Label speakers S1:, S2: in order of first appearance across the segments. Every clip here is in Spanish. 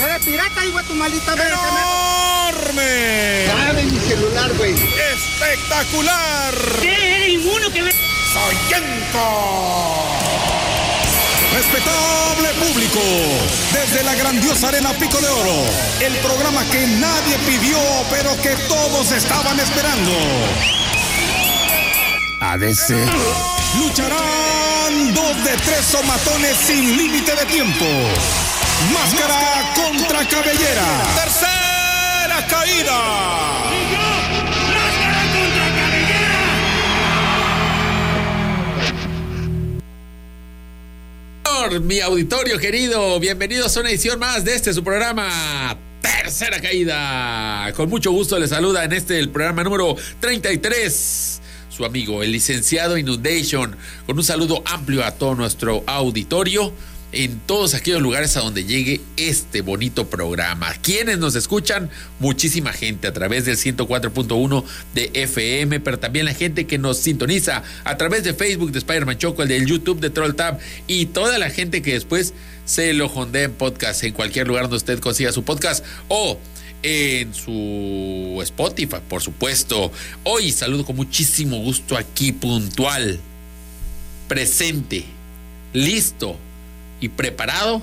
S1: Eres pirata, hijo de tu maldita madre.
S2: ¡Enorme!
S1: Dame mi celular, güey.
S2: ¡Espectacular!
S1: ¿Qué? Eres inmuno que me...
S2: Respetable público, desde la grandiosa Arena Pico de Oro, el programa que nadie pidió, pero que todos estaban esperando.
S3: ADC.
S2: Lucharán dos de tres somatones sin límite de tiempo. Máscara contra cabellera. Tercera caída.
S3: Mi auditorio querido, bienvenidos a una edición más de este su programa. Tercera caída. Con mucho gusto les saluda en este el programa número 33 su amigo el licenciado Inundation con un saludo amplio a todo nuestro auditorio en todos aquellos lugares a donde llegue este bonito programa. Quienes nos escuchan, muchísima gente a través del 104.1 de FM, pero también la gente que nos sintoniza a través de Facebook de Spider-Man Choco, el del YouTube de Troll Tab y toda la gente que después se lo jondea en podcast, en cualquier lugar donde usted consiga su podcast o en su Spotify, por supuesto. Hoy saludo con muchísimo gusto aquí, puntual, presente, listo y preparado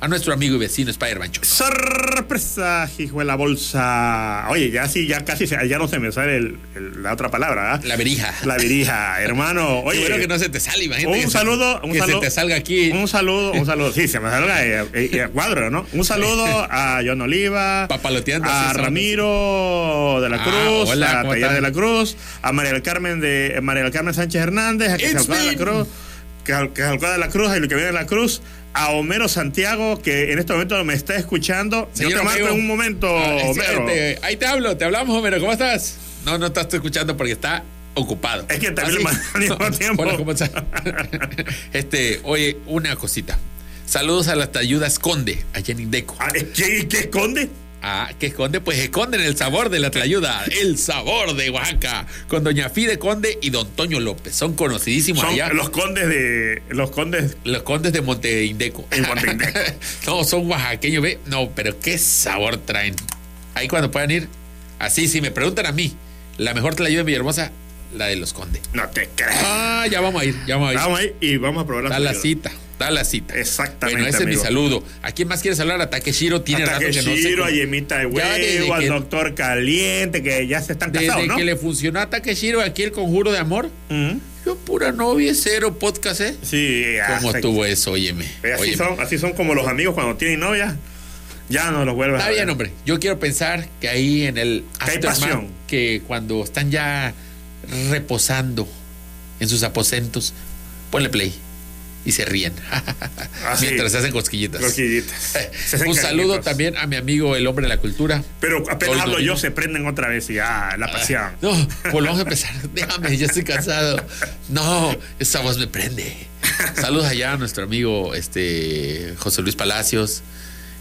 S3: a nuestro amigo y vecino Spider-Man Choco.
S4: Sorpresa, hijo de la bolsa. Oye, ya sí, ya casi, se- ya no se me sale el- el- la otra palabra, ¿verdad?
S3: La verija.
S4: La virija, hermano.
S3: Oye,
S4: Oye,
S3: que no se te sale, imagínate. que
S4: un
S3: se-
S4: saludo, un
S3: que
S4: saludo.
S3: se te salga aquí.
S4: Un saludo, un saludo. Sí, se me salga eh, eh, eh, cuadro, ¿no? Un saludo a John Oliva,
S3: Papaloteando así,
S4: a
S3: saludos.
S4: Ramiro de la
S3: Ah,
S4: Cruz,
S3: hola,
S4: a
S3: ¿cómo
S4: Taller
S3: están?
S4: de la Cruz, a María del Carmen de eh, María del Carmen Sánchez Hernández, a
S3: It's
S4: Quetzalcóatl de la
S3: me.
S4: Cruz, Quetzal- Quetzalcóatl de la Cruz, a lo que viene de la Cruz. A Homero Santiago, que en este momento me está escuchando. Yo
S3: Señor
S4: te marco
S3: Homero.
S4: en un momento,
S3: Ah, es
S4: Homero.
S3: cierto. ahí te hablo, te hablamos, Homero. ¿Cómo estás? No, no estás escuchando porque está ocupado.
S4: Es que también le
S3: Así.
S4: mandé al mismo tiempo.
S3: Hola, ¿cómo estás? este, oye, una cosita. Saludos a las tayudas Conde, a Jenny Deco.
S4: Ah, ¿Qué, qué esconde?
S3: Ah, ¿qué esconde? Pues esconden el sabor de la tlayuda, el sabor de Oaxaca, con Doña Fide Conde y Don Toño López. Son conocidísimos
S4: Son
S3: allá.
S4: los condes de. Los condes
S3: Los condes de Monte Indeco.
S4: En Monte Indeco.
S3: no, son oaxaqueños, ve. No, pero qué sabor traen. Ahí cuando puedan ir, así, si me preguntan a mí, la mejor tlayuda de Villahermosa, la de los condes.
S4: No te creas.
S3: Ah, ya vamos a ir, ya vamos a ir.
S4: Vamos ahí y vamos a probar
S3: Da la
S4: comida.
S3: cita, da la cita.
S4: Exactamente,
S3: Bueno, ese es mi
S4: amigo.
S3: saludo. ¿A quién más quieres hablar? A Takeshiro tiene
S4: A
S3: rato que no
S4: Takeshiro,
S3: sé.
S4: a Yemita de
S3: Ya desde
S4: Huevo, al
S3: que-
S4: doctor Caliente, que ya se están
S3: Desde
S4: casados, ¿no?
S3: que le funcionó a Takeshiro aquí el conjuro de amor,
S4: Ujú. Ah,
S3: yo pura novia, cero podcast, ¿eh?
S4: Sí,
S3: ¿Cómo
S4: hasta-
S3: estuvo eso? Óyeme.
S4: Eh, Así
S3: óyeme.
S4: son, así son como los amigos cuando tienen novia. Ya no los vuelves
S3: Está
S4: a ver.
S3: bien, hombre. Yo quiero pensar que ahí en el
S4: Que hay
S3: aftermath,
S4: pasión.
S3: que cuando están ya reposando en sus aposentos, ponle play y se ríen.
S4: Así.
S3: Mientras se hacen cosquillitas.
S4: Coquillitas. Ah, Se hacen
S3: Un saludo
S4: cariñitos.
S3: también a mi amigo el hombre de la cultura.
S4: Pero apenas
S3: Todo
S4: hablo
S3: el
S4: yo,
S3: domingo.
S4: se prenden otra vez y ya, la pasión.
S3: No, volvamos a empezar. Déjame, ya estoy cansado. No, esa voz me prende. Saludos allá a nuestro amigo este José Luis Palacios,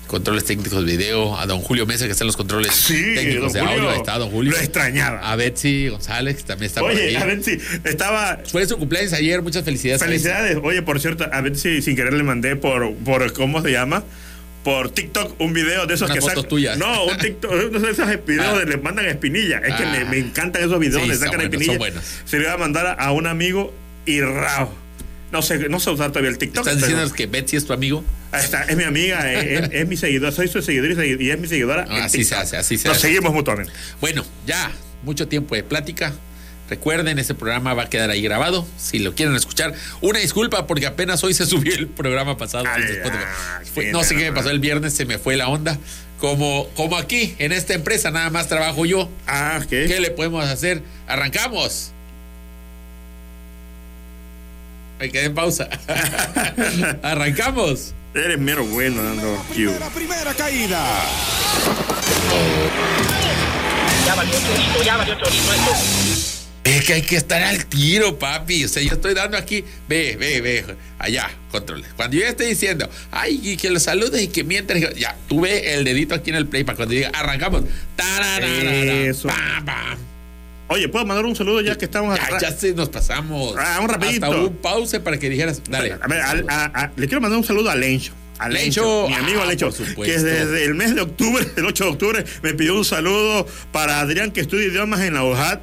S3: controles técnicos de video, a don Julio Mesa que está en los controles
S4: Sí,
S3: técnicos
S4: don
S3: de
S4: Julio.
S3: audio, ahí está don Julio.
S4: Lo extrañaba.
S3: A Betsy González que también está
S4: Oye,
S3: por aquí.
S4: a ver si estaba
S3: Fue su cumpleaños ayer, muchas felicidades. a Betsy.
S4: Felicidades. Oye, por cierto, a ver si sin querer le mandé por, por ¿cómo se llama? Por TikTok un video de esos
S3: Unas
S4: que
S3: fotos
S4: sacan.
S3: tuyas.
S4: No, un TikTok, unos de esos videos
S3: Ah.
S4: de le mandan espinilla. Es que
S3: Ah.
S4: me, me encantan esos videos,
S3: Sí,
S4: le
S3: son
S4: sacan
S3: buenos,
S4: espinilla.
S3: son buenos.
S4: Se le iba a mandar a, a un amigo y rao. No sé, no sé usar todavía el TikTok.
S3: Estás
S4: pero-
S3: diciendo que Betsy es tu amigo.
S4: Ahí está, es mi amiga, eh, es, es- es mi seguidora, soy su seguidora y segui- y es mi seguidora.
S3: Ah,
S4: en
S3: así
S4: TikTok.
S3: se hace, así se
S4: Nos
S3: hace.
S4: seguimos mutuamente.
S3: Bueno, ya, mucho tiempo de plática. Recuerden, ese programa va a quedar ahí grabado. Si lo quieren escuchar, una disculpa porque apenas hoy se subió el programa pasado.
S4: Ay,
S3: Entonces, pues,
S4: ay,
S3: fue-
S4: sí,
S3: no sé
S4: pero
S3: qué me
S4: bueno.
S3: pasó el viernes, se me fue la onda. Como, como aquí, en esta empresa, nada más trabajo yo.
S4: Ah, ok.
S3: ¿Qué le podemos hacer? ¡Arrancamos! Me quedé en pausa. ¡Arrancamos!
S4: Eres mero bueno dando cue.
S2: Primera, primera caída.
S3: Es que hay que estar al tiro, papi. O sea, yo estoy dando aquí, ve, ve, ve, allá, control. Cuando yo esté diciendo, ay, y que lo saludes y que mientras, ya, tú ve el dedito aquí en el play para cuando diga, arrancamos. Tarararara,
S4: Eso.
S3: pam, pam.
S4: Oye, ¿puedo mandar un saludo ya que estamos
S3: Ya,
S4: atrás?
S3: ya se nos pasamos.
S4: Ah, un rapidito.
S3: Hasta hubo un pause para que dijeras, dale.
S4: A ver, al- a- a- le quiero mandar un saludo a Lencho. Alencho,
S3: Lencho.
S4: mi amigo
S3: Ah,
S4: Alencho,
S3: por supuesto.
S4: que desde el mes de octubre, el 8 de octubre, me pidió un saludo para Adrián, que estudia idiomas en la OJAT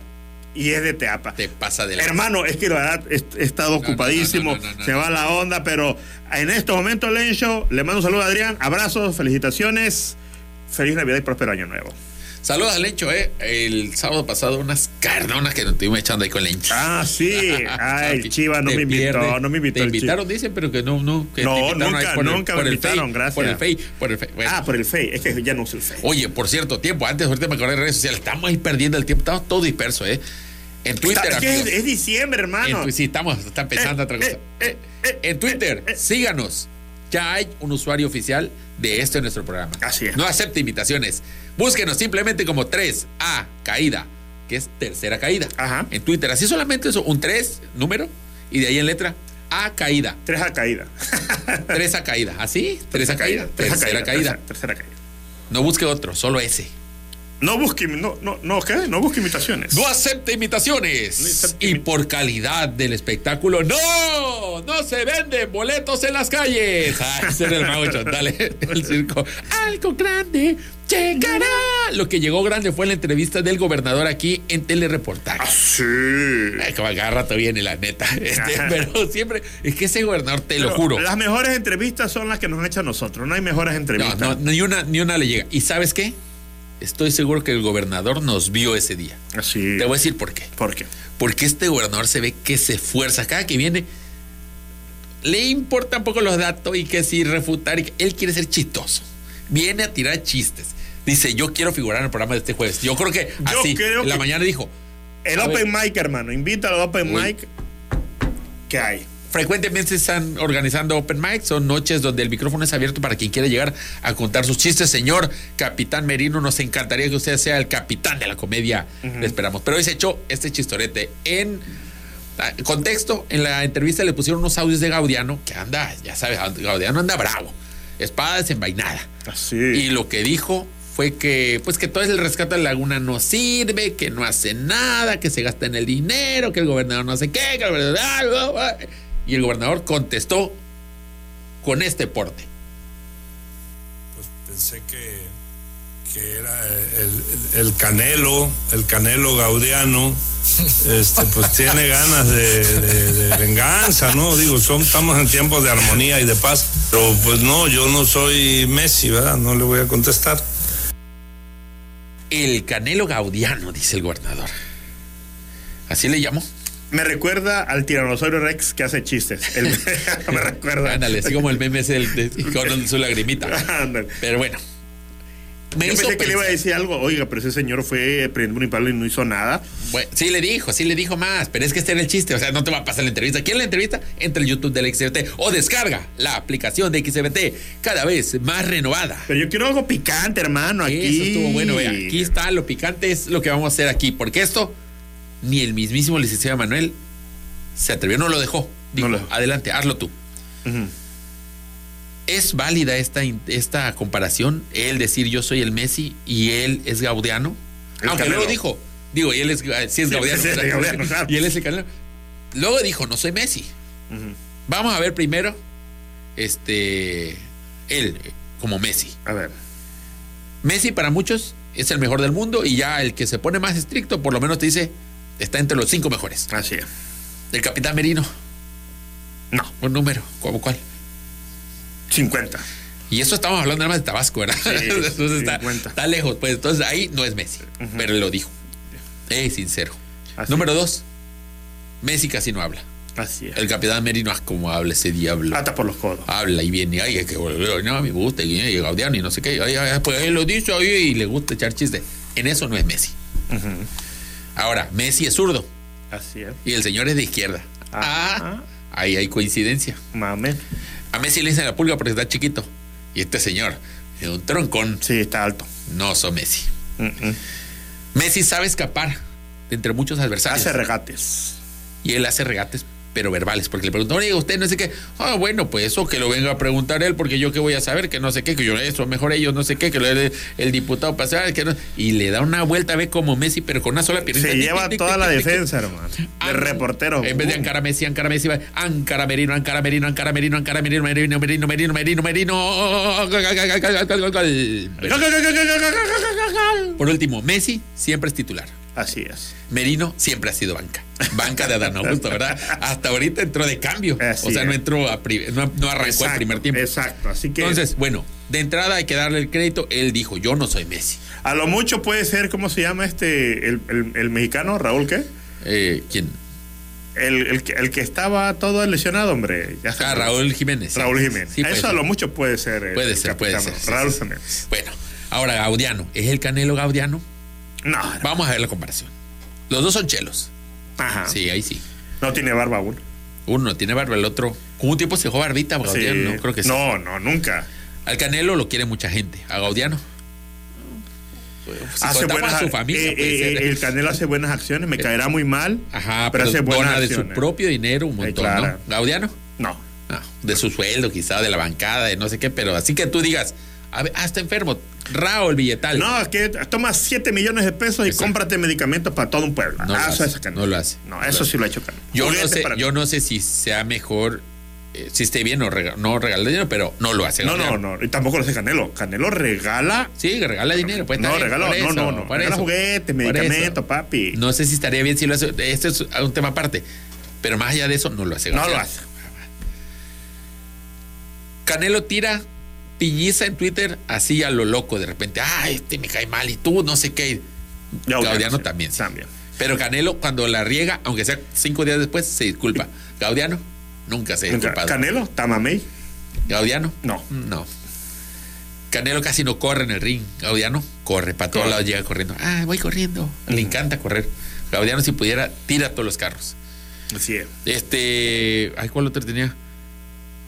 S4: y es de Teapa.
S3: Te pasa de la.
S4: Hermano, es que la verdad est- he estado
S3: no,
S4: ocupadísimo,
S3: no, no, no,
S4: se
S3: no.
S4: va la onda, pero en estos momentos, Lencho, le mando un saludo a Adrián, abrazos, felicitaciones, feliz Navidad y próspero año nuevo.
S3: Saludos a Lencho, ¿eh? El sábado pasado unas cardonas que nos estuvimos echando ahí con Lencho.
S4: Ah, sí, ay, el Chiva no
S3: Te
S4: me invitó,
S3: pierdes.
S4: no me invitó.
S3: Te
S4: el Chiva.
S3: invitaron, dicen, pero que no, no. Que te
S4: No,
S3: invitaron ahí
S4: nunca,
S3: por el-
S4: nunca
S3: por
S4: me
S3: el
S4: invitaron,
S3: Face,
S4: gracias.
S3: Por el Face, por el Face. Bueno.
S4: Ah, por el Face, es que ya no uso el Face.
S3: Oye, por cierto, tiempo, antes, ahorita me acordé de redes sociales, estamos ahí perdiendo el tiempo, estamos todo dispersos, ¿eh? En Twitter,
S4: Está- es, que es-
S3: amigos.
S4: es diciembre, hermano.
S3: En tu- sí, estamos, están pensando
S4: Ah, Eh,
S3: otra cosa.
S4: eh, eh, eh,
S3: en Twitter,
S4: eh, eh.
S3: síganos. Ya hay un usuario oficial de este en nuestro programa.
S4: Así es.
S3: No acepte invitaciones. Búsquenos simplemente como 3A caída, que es tercera caída.
S4: Ajá.
S3: En Twitter, así solamente eso, un 3, número, y de ahí en letra, A caída.
S4: Tres a caída.
S3: 3 a caída, así, 3 a caída,
S4: Tres a
S3: tercera caída.
S4: Tercera, tercera caída.
S3: No busque otro, solo ese.
S4: No busque, no, no, no, ¿qué? No busque imitaciones.
S3: No acepte imitaciones.
S4: No acepte
S3: y
S4: imi-
S3: por calidad del espectáculo, ¡no! ¡No se venden boletos en las calles! Ah, ese era el mago Dale, el circo. Algo grande llegará. Lo que llegó grande fue la entrevista del gobernador aquí en telereportaje.
S4: Ah, sí.
S3: Ay, como cada rato viene, la neta. Este,
S4: Ajá.
S3: pero siempre, es que ese gobernador, te lo
S4: Pero
S3: juro.
S4: Las mejores entrevistas son las que nos echan nosotros. No hay mejores
S3: No,
S4: entrevistas.
S3: no, ni una, ni una le llega. ¿Y sabes qué? Estoy seguro que el gobernador nos vio ese día.
S4: Así.
S3: Te voy a decir por qué.
S4: ¿Por qué?
S3: Porque este gobernador se ve que se esfuerza. Cada que viene, le importan poco los datos y que si refutar. y que- Él quiere ser chistoso. Viene a tirar chistes. Dice, yo quiero figurar en el programa de este jueves. Yo creo que
S4: Yo
S3: así.
S4: creo
S3: en la
S4: que-
S3: mañana dijo,
S4: El
S3: A ver.
S4: Open Mic, hermano. Invita al Open
S3: Uy.
S4: Mic. ¿Qué hay?
S3: frecuentemente están organizando open mics. Son noches donde el micrófono es abierto para quien quiera llegar a contar sus chistes. Señor Capitán Merino, nos encantaría que usted sea el capitán de la comedia. Le esperamos. Pero hoy se echó este chistorete en... Ah, Contexto, en la entrevista le pusieron unos audios de Gaudiano, que anda, ya sabes, Gaudiano anda bravo, espada desenvainada.
S4: Así.
S3: Y lo que dijo fue que, pues que todo el rescate de la laguna no sirve, que no hace nada, que se gasta en el dinero, que el gobernador no sé qué, que el gobernador... ah, ah, ah. Y el gobernador contestó con este porte.
S5: pues pensé que, que era el, el- el Canelo, el Canelo Gaudiano, este, pues tiene ganas de, de- de venganza, ¿no? Digo, son, estamos en tiempos de armonía y de paz, pero pues no, yo no soy Messi, ¿verdad? No le voy a contestar.
S3: El Canelo Gaudiano, dice el gobernador. Así le llamó.
S4: Me recuerda al tiranosaurio Rex que hace chistes. El- me recuerda.
S3: Ándale, así como el meme ese del- de- con su lagrimita.
S4: Ándale.
S3: Pero bueno. Me
S4: Yo
S3: hizo
S4: pensé que le iba a
S3: pensar-
S4: decir algo. Oiga, pero ese señor fue prendiendo un palo y no hizo nada.
S3: Bueno, sí le dijo, sí le dijo más, pero es que este era el chiste, o sea, no te va a pasar la entrevista. ¿Quién la entrevista? Entre el YouTube del XBT o descarga la aplicación de XBT cada vez más renovada.
S4: Pero yo quiero algo picante, hermano.
S3: Eso
S4: Aquí.
S3: estuvo bueno, vea, aquí está lo picante, es lo que vamos a hacer aquí, porque esto ni el mismísimo licenciado Manuel se atrevió, no lo dejó. Dijo,
S4: No lo dejó.
S3: adelante, hazlo tú.
S4: Ujú.
S3: ¿Es válida esta, in- esta comparación? Él decir yo soy el Messi y él es gaudiano.
S4: El
S3: Aunque
S4: Canelo.
S3: luego dijo, digo, y él es, eh, sí es
S4: Sí,
S3: gaudiano.
S4: sí, sí,
S3: o sea,
S4: Gaudiano, claro.
S3: Y él es el Canelo. Luego dijo, no soy Messi. Vamos a ver primero, este, él eh, como Messi.
S4: A ver.
S3: Messi para muchos es el mejor del mundo y ya el que se pone más estricto por lo menos te dice, está entre los cinco mejores.
S4: Así es.
S3: El capitán Merino,
S4: No,
S3: un número, ¿cómo cuál?
S4: 50.
S3: Y eso estamos hablando nada más de Tabasco, ¿verdad?
S4: Sí,
S3: Entonces está,
S4: 50.
S3: está lejos. Pues entonces ahí no es Messi, pero lo dijo. Es sincero.
S4: Así
S3: Número dos, Messi casi no habla.
S4: Así es.
S3: El capitán Merino, ah, como habla ese diablo.
S4: Ata por los codos.
S3: Habla y viene, ay, es que boludo, no, me gusta, y, y Gaudiano y no sé qué. Ay, ay, pues él lo dice ay, y le gusta echar chistes. En eso no es Messi. Ahora, Messi es zurdo
S4: Así es.
S3: y el señor es de izquierda. Ah,
S4: Ah.
S3: ahí hay coincidencia.
S4: Mame.
S3: A Messi le dicen la pulga porque está chiquito. Y este señor, de un troncón.
S4: Sí, está alto.
S3: No soy Messi.
S4: Mm-mm.
S3: Messi sabe escapar de entre muchos adversarios.
S4: Hace regates.
S3: y él hace regates, pero verbales, porque le preguntó, oye, usted no sé qué. Ah, bueno, pues eso que lo venga a preguntar él, porque yo qué voy a saber, que no sé qué, que yo eso, mejor ellos no sé qué, que lo- el, el diputado pasar, que no. Y le da una vuelta, ve como Messi, pero con una sola piernita.
S4: Se
S3: Tic,
S4: lleva
S3: tic, tic,
S4: toda
S3: tic,
S4: la
S3: tic, tic.
S4: defensa, hermano. De
S3: An-
S4: reportero.
S3: Ah, En vez de Ancara Messi, Ancara Messi, va, Ancara Merino, Ancara Merino, Ancara Merino, Ancara Merino, Merino, Merino, Merino, Merino, Merino. Gol, gol, gol, gol, gol, gol, gol. Por último, Messi siempre es titular.
S4: Así es.
S3: Merino siempre ha sido banca. Banca de Adán Augusto, ¿verdad? Hasta ahorita entró de cambio.
S4: Así
S3: o sea, no
S4: es.
S3: entró a pri- no, no arrancó el primer tiempo.
S4: Exacto. Así que
S3: Entonces, bueno, de entrada hay que darle el crédito. Él dijo, yo no soy Messi.
S4: a lo mucho puede ser, ¿cómo se llama este? El, el- el mexicano, Raúl, ¿qué?
S3: Eh, ¿Quién?
S4: El, el que- el que estaba todo lesionado, hombre. Ya se-
S3: Ah, Raúl Jiménez.
S4: Raúl Jiménez.
S3: Sí, pues. puede
S4: Eso a
S3: ser.
S4: lo mucho puede ser. eh, el-
S3: Puede
S4: el
S3: ser, puede
S4: capitán,
S3: ser, sí,
S4: Raúl
S3: sí, sí.
S4: Jiménez.
S3: Bueno, ahora Gaudiano. ¿Es el Canelo Gaudiano?
S4: No, no.
S3: Vamos a ver la comparación. Los dos son chelos.
S4: Ajá.
S3: Sí, ahí sí.
S4: No tiene barba aún.
S3: Uno tiene barba, el otro. Con un tiempo se dejó barbita, Gaudiano.
S4: Sí.
S3: Creo que sí.
S4: No, no, nunca.
S3: Al Canelo lo quiere mucha gente. A Gaudiano. Si
S4: hace
S3: contamos
S4: buenas
S3: a su familia,
S4: eh,
S3: puede
S4: eh,
S3: ser. Eh,
S4: el Canelo hace buenas acciones, me caerá muy mal.
S3: Ajá, pero,
S4: hace buenas
S3: dona de su
S4: acciones.
S3: propio dinero un montón,
S4: Eh, claro.
S3: ¿no? Gaudiano.
S4: No.
S3: No, de su sueldo, quizá, de la bancada, de no sé qué, pero así que tú digas, a ver, ah, está enfermo, rao el billetal.
S4: No, es que toma 7 millones de pesos y
S3: Exacto.
S4: cómprate medicamentos para todo un pueblo.
S3: No lo
S4: Ah,
S3: hace,
S4: eso hace Canelo.
S3: no lo hace.
S4: No, eso sí lo ha hecho Canelo.
S3: yo, no
S4: Juguetes
S3: sé,
S4: para-
S3: yo no sé si sea mejor, eh, si esté bien o rega- no regalar dinero, pero no lo hace.
S4: no,
S3: Gaudiano.
S4: no, no. Y tampoco lo hace Canelo. Canelo regala.
S3: Sí, regala dinero. Pues,
S4: no,
S3: está bien,
S4: regala.
S3: por
S4: no,
S3: eso,
S4: no, no.
S3: por
S4: Regala
S3: eso,
S4: juguetes,
S3: por eso.
S4: medicamentos, papi.
S3: No sé si estaría bien si lo hace. Este es un tema aparte. Pero más allá de eso, no lo hace.
S4: No
S3: García.
S4: lo hace.
S3: Canelo tira piñiza en Twitter así a lo loco de repente. Ah, este me cae mal y tú no sé qué.
S4: Ya,
S3: Gaudiano
S4: Ah, sí,
S3: también, sí.
S4: También.
S3: Pero Canelo, cuando la riega, aunque sea cinco días después, se disculpa. Gaudiano nunca se
S4: Nunca-
S3: disculpa.
S4: Canelo, Tamamey.
S3: Gaudiano
S4: No.
S3: No. Canelo casi no corre en el ring. Gaudiano corre, para todos
S4: Corre. Mm.
S3: lados llega corriendo. Ah, voy corriendo. Le encanta correr. Gaudiano, si pudiera, tira todos los carros.
S4: Así es.
S3: Este. Ay, ¿cuál otro tenía?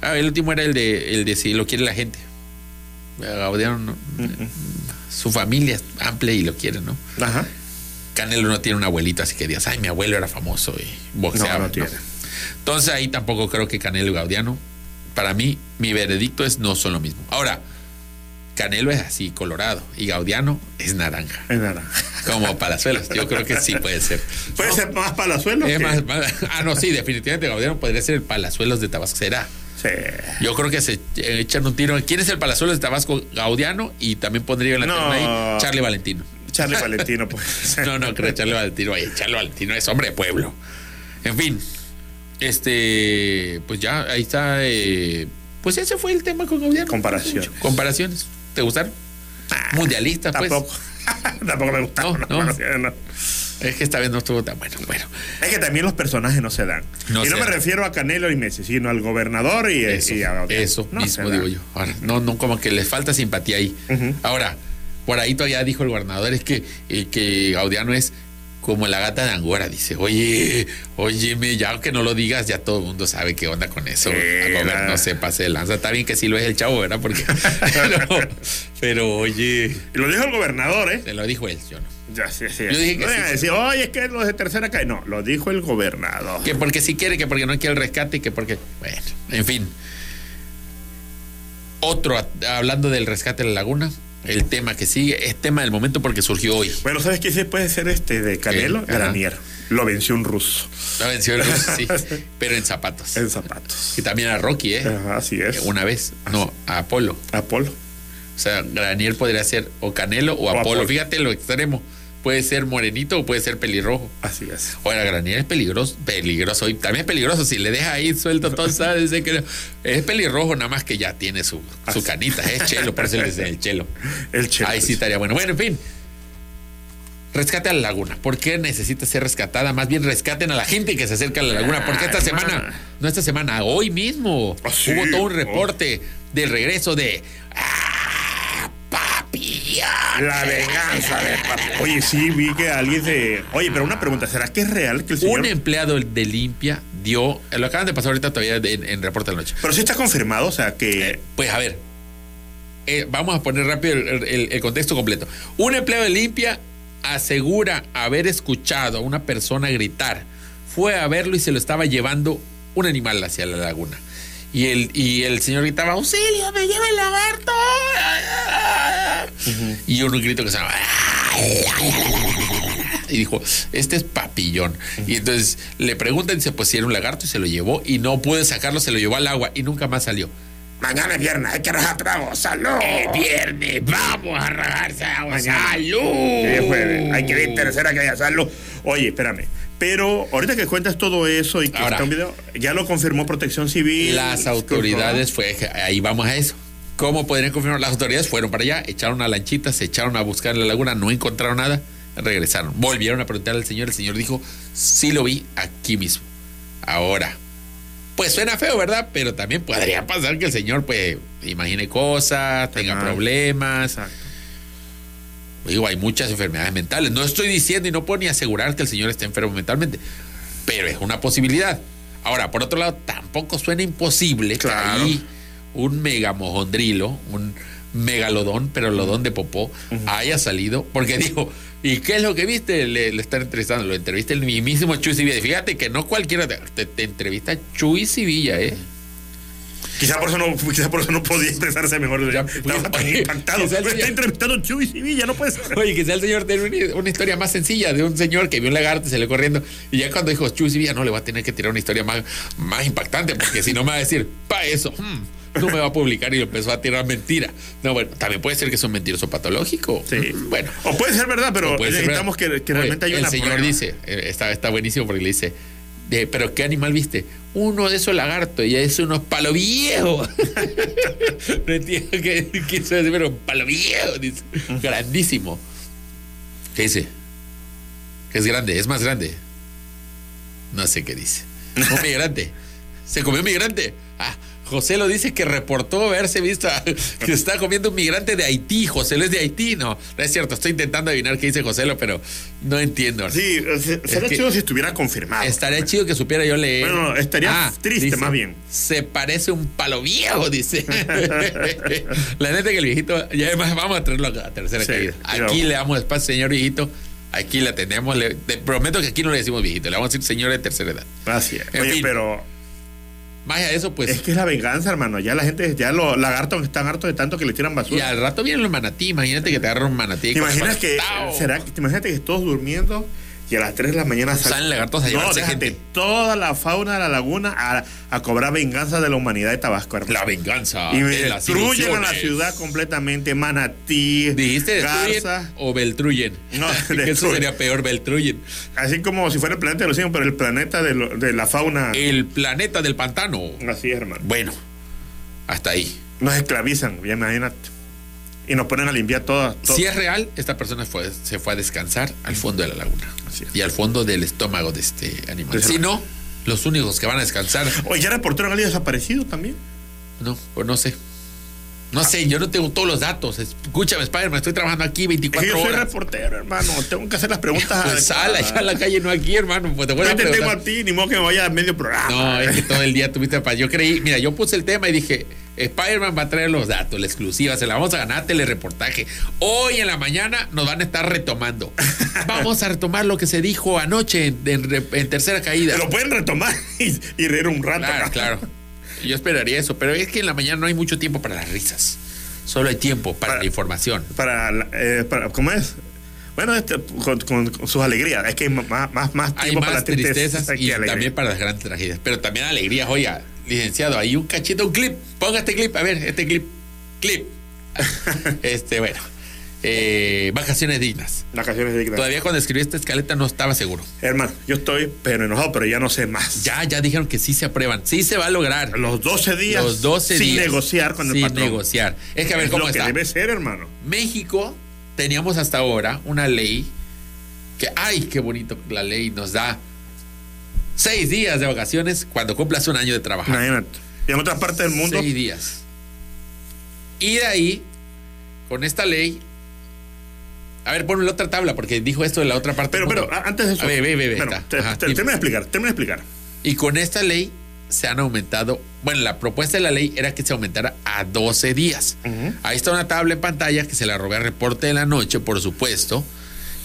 S3: Ah, el último era el de, el de si lo quiere la gente. Gaudiano, no. su familia es amplia y lo quiere, ¿no?
S4: Ajá.
S3: Canelo no tiene un abuelito, así que digas, ay, mi abuelo era famoso y boxeaba.
S4: No, no
S3: ¿no?
S4: tiene.
S3: Entonces ahí tampoco creo que Canelo y Gaudiano, para mí, mi veredicto es no son lo mismo. Ahora, Canelo es así, colorado, y Gaudiano es naranja,
S4: Es nada.
S3: como palazuelos. Yo creo que sí puede ser.
S4: Puede ser más palazuelo.
S3: Es
S4: que-
S3: más- más- ah, no, sí, definitivamente Gaudiano podría ser el palazuelos de Tabasco. Será.
S4: Sí.
S3: Yo creo que se eh, echan un tiro. ¿Quién es el palazuelos de Tabasco? Gaudiano, y también pondría en la
S4: No.
S3: terna ahí Charlie Valentino.
S4: Charlie Valentino, pues.
S3: No, no, creo echarle al tiro ahí. Echarlo al tiro es hombre de pueblo. En fin, este, pues ya, ahí está. eh, pues ese fue el tema con Gaudiano.
S4: Comparaciones. Ah,
S3: Comparaciones. ¿Te gustaron? Mundialistas, pues.
S4: Tampoco. Tampoco me gusta.
S3: No, no.
S4: no.
S3: Es que esta vez no estuvo tan bueno. Bueno,
S4: Es que también los personajes no se dan.
S3: No
S4: y
S3: se
S4: no me
S3: dan.
S4: refiero a Canelo y Messi, sino al gobernador y, eh,
S3: eso,
S4: y a
S3: eso
S4: No se
S3: mismo
S4: dan.
S3: digo yo. Ahora, no, no, como que les falta simpatía ahí.
S4: Ujú.
S3: Ahora, por ahí todavía dijo el gobernador, es que, eh, que Gaudiano es como la gata de Angora, dice, oye, óyeme, ya que no lo digas, ya todo el mundo sabe qué onda con eso.
S4: Sí,
S3: A gober-
S4: la-
S3: no se pase de lanza. Está bien que sí lo es el chavo, ¿verdad? Porque. pero, pero, oye.
S4: Y lo dijo el gobernador, ¿eh?
S3: Se lo dijo él, yo no.
S4: Ya, sí, sí.
S3: Yo dije que
S4: no
S3: sí,
S4: vengan a
S3: sí.
S4: decir, oye, es que los de tercera calle. No, lo dijo el gobernador.
S3: Que porque si quiere, que porque no quiere el rescate, y que porque. Bueno, en fin. Otro, a- hablando del rescate de la laguna, el tema que sigue es tema del momento porque surgió hoy.
S4: Bueno, ¿sabes qué sí puede ser este de Canelo?
S3: ¿Qué? Ajá.
S4: Granier. Lo venció un ruso
S3: La venció el ruso, sí, pero en zapatos.
S4: en zapatos.
S3: Y también a Rocky, ¿eh?
S4: Ajá, Así es.
S3: Una vez. No, a Apolo.
S4: Apolo.
S3: O sea, Granier podría ser o Canelo o, Apolo.
S4: Apolo.
S3: Fíjate lo extremo. Puede ser morenito o puede ser pelirrojo.
S4: Así es.
S3: Ahora, Granier es peligroso, peligroso. Y también es peligroso. Si le deja ahí suelto todo, ¿sabes? Dice que no. Es pelirrojo, nada más que ya tiene su, su canita. Es chelo, por eso le dicen el chelo.
S4: Ah, El chelo.
S3: Ahí sí estaría bueno. Bueno, en fin. Rescate a la laguna. ¿Por qué necesita ser rescatada? Más bien rescaten a la gente que se acerca a la laguna. Porque esta
S4: Ah,
S3: semana, no esta semana, hoy mismo,
S4: Ah, sí.
S3: hubo todo un reporte del regreso de. ¡Ah, papi! ah,
S4: La venganza de papi. Oye, sí, vi que alguien se. Oye, pero una pregunta, ¿será que es real que el señor.
S3: Un empleado de limpia dio. Lo acaban de pasar ahorita todavía en, en Reporte de la Noche.
S4: Pero sí está confirmado, o sea que.
S3: Pues a ver, eh, vamos a poner rápido el, el- el contexto completo. Un empleado de limpia asegura haber escuchado a una persona gritar. Fue a verlo y se lo estaba llevando un animal hacia la laguna. Y el, y el señor gritaba, auxilio, me lleva el lagarto. Y un grito que se llama... Y dijo, este es papillón. Y entonces le preguntan, dice, pues si era un lagarto y se lo llevó y no pude sacarlo, se lo llevó al agua y nunca más salió.
S6: Mañana es viernes, hay que rajar tragos. ¡Salud!
S4: Eh,
S3: Es viernes, vamos a rajarse agua.
S6: Mañana.
S3: ¡Salud!
S6: Es
S3: uh.
S6: jueves, hay que ir tercera que haya salud.
S4: Oye, espérame. Pero ahorita que cuentas todo eso y que
S3: Ahora.
S4: está un video, ya lo confirmó Protección Civil.
S3: Las autoridades fue, ahí vamos a eso. ¿Cómo podrían confirmar? Las autoridades fueron para allá, echaron una lanchita, se echaron a buscar en la laguna, no encontraron nada, regresaron. Volvieron a preguntar al señor, el señor dijo, sí lo vi aquí mismo. Ahora, pues suena feo, ¿verdad? Pero también podría pasar que el señor, pues, imagine cosas, tenga
S4: mal.
S3: problemas.
S4: Exacto.
S3: Digo, hay muchas enfermedades mentales. No estoy diciendo y no puedo ni asegurar que el señor esté enfermo mentalmente, pero es una posibilidad. Ahora, por otro lado, tampoco suena imposible
S4: Claro.
S3: que ahí un megamojondrilo, un megalodón, pero lodón de popó, haya salido. Porque digo, ¿y qué es lo que viste? Le, le están entrevistando. Lo entrevista el mismísimo Chuy Sevilla. Y Fíjate que no cualquiera te, te- te entrevista Chuy Sevilla, ¿eh?
S4: Quizá por eso no, quizá por eso no podía expresarse mejor.
S3: Ya,
S4: Estaba
S3: pues,
S4: tan
S3: oye,
S4: impactado.
S3: quizá el
S4: Me está
S3: señor-
S4: entrevistando Chuy Sevilla, no puede ser.
S3: Oye, quizá el señor tiene una, una historia más sencilla de un señor que vio un lagarto y se le corriendo. Y ya cuando dijo Chuy Sevilla, no le va a tener que tirar una historia más, más impactante, porque si no me va a decir, pa' eso, mm, no me va a publicar y empezó a tirar mentira. No, bueno, también puede ser que es un mentiroso patológico.
S4: Sí.
S3: Bueno.
S4: O puede ser verdad, pero
S3: puede ser,
S4: necesitamos
S3: ¿verdad?
S4: que, que
S3: Oye,
S4: realmente haya una
S3: El señor
S4: prueba.
S3: dice, eh, está, está buenísimo porque le dice, de, pero ¿qué animal viste? Uno de esos lagartos, y es unos palo viejo. no entiendo qué quiso decir, pero palo viejo, dice, grandísimo. ¿Qué dice? Que es grande, es más grande. No sé qué dice. Un migrante. Se comió un migrante. Ah, José lo dice que reportó haberse visto a- que está comiendo un migrante de Haití. José lo es de Haití. No, no es cierto. Estoy intentando adivinar qué dice José lo, pero no entiendo.
S4: Sí, se- sería
S3: que-
S4: chido si estuviera confirmado.
S3: Estaría chido que supiera yo leer.
S4: Ah,
S3: Ah,
S4: Bueno, no, estaría triste, más bien.
S3: Se parece un palo viejo, dice. la neta que el viejito, y además vamos a traerlo a tercera
S4: Sí,
S3: caída.
S4: ya
S3: Aquí
S4: vamos.
S3: le damos espacio, señor viejito. Aquí la tenemos. Le, te prometo que aquí no le decimos viejito, le vamos a decir señor de tercera edad.
S4: Gracias.
S3: En
S4: Oye,
S3: fin.
S4: pero
S3: Más allá de eso, pues.
S4: es que es la venganza, hermano. Ya la gente, ya los lagartos están hartos de tanto que le tiran
S3: Y
S4: basura.
S3: al rato vienen los manatí. Imagínate que te agarran un manatí.
S4: ¿Te imaginas que,
S3: ¡Tao!
S4: será, que- te imagínate que todos durmiendo y a las 3 de la mañana sal-
S3: Salen lagartos a
S4: No,
S3: llevarse
S4: déjate,
S3: gente.
S4: toda la fauna de la laguna a, a cobrar venganza de la humanidad de Tabasco, hermano.
S3: La venganza.
S4: y me
S3: de las
S4: destruyen a
S3: ilusiones.
S4: la ciudad completamente, manatí,
S3: ¿Dijiste destruyen
S4: garza.
S3: o Beltruyen?
S4: No,
S3: que eso
S4: destruyen.
S3: sería peor, Beltruyen.
S4: Así como si fuera el planeta de los simios, pero el planeta de, lo- de la fauna.
S3: El planeta del pantano.
S4: Así es, hermano.
S3: Bueno, hasta ahí.
S4: Nos esclavizan, ya imagínate. Y nos ponen a limpiar todas. to-
S3: Si es real, esta persona fue, se fue a descansar al fondo de la laguna
S4: Así es.
S3: y al fondo del estómago de este animal.
S4: Pues,
S3: Si no, los únicos que van a descansar,
S4: Oye, ya reportaron a alguien desaparecido también.
S3: no, pues no sé. No sé, yo no tengo todos los datos. Escúchame, Spider-Man, estoy trabajando aquí
S4: Es que
S3: 24
S4: yo soy
S3: horas.
S4: reportero, hermano. Tengo que hacer las preguntas.
S3: Pues sal
S4: adecuadas.
S3: allá a la calle, no aquí, hermano. Pues te voy a
S4: Yo te tengo
S3: preguntar.
S4: a ti, ni modo que me vaya a medio programa.
S3: No, es que todo el día tuviste para. Yo creí, mira, yo puse el tema y dije, Spider-Man va a traer los datos, la exclusiva, se la vamos a ganar telereportaje. Hoy en la mañana nos van a estar retomando. Vamos a retomar lo que se dijo anoche en, en- en tercera caída.
S4: Te lo pueden retomar y, y reír un rato.
S3: Claro,
S4: acá.
S3: claro. Yo esperaría eso, pero es que en la mañana no hay mucho tiempo para las risas. Solo hay tiempo para,
S4: Para-
S3: la información.
S4: Para, la- eh, para- ¿Cómo es? Bueno, este, con, con- con sus alegrías. Es que hay más, más, más
S3: Hay
S4: tiempo
S3: más
S4: para la tristeza.
S3: tristezas
S4: que
S3: y
S4: alegría.
S3: también para las grandes tragedias. Pero también alegrías, oiga, licenciado, hay un cachito, un clip. Ponga este clip, a ver, este clip. Clip. este, bueno. eh, vacaciones dignas.
S4: Vacaciones dignas.
S3: Todavía cuando escribí esta escaleta no estaba seguro.
S4: Hermano, yo estoy pero enojado, pero ya no sé más.
S3: Ya, ya dijeron que sí se aprueban. Sí se va a lograr.
S4: Los 12 días.
S3: Los 12
S4: sin
S3: días.
S4: negociar con el
S3: Sin
S4: patrón.
S3: negociar. Es que a ver
S4: Es
S3: cómo
S4: lo que
S3: está.
S4: debe ser, hermano.
S3: México teníamos hasta ahora una ley que, ay, qué bonito la ley nos da seis días de vacaciones cuando cumplas un año de trabajar.
S4: Imagínate. Y en otras partes del mundo,
S3: Seis días. Y de ahí, con esta ley. A ver, ponme la otra tabla, porque dijo esto de la otra parte.
S4: Pero,
S3: del
S4: pero,
S3: mundo.
S4: a- antes de eso.
S3: A ver, ve, ve, ve,
S4: Bueno,
S3: está.
S4: te-
S3: Ajá,
S4: te-
S3: dime.
S4: termina de explicar, termina de explicar.
S3: Y con esta ley se han aumentado. Bueno, la propuesta de la ley era que se aumentara a 12 días. Ahí está una tabla en pantalla que se la robé a reporte de la noche, por supuesto.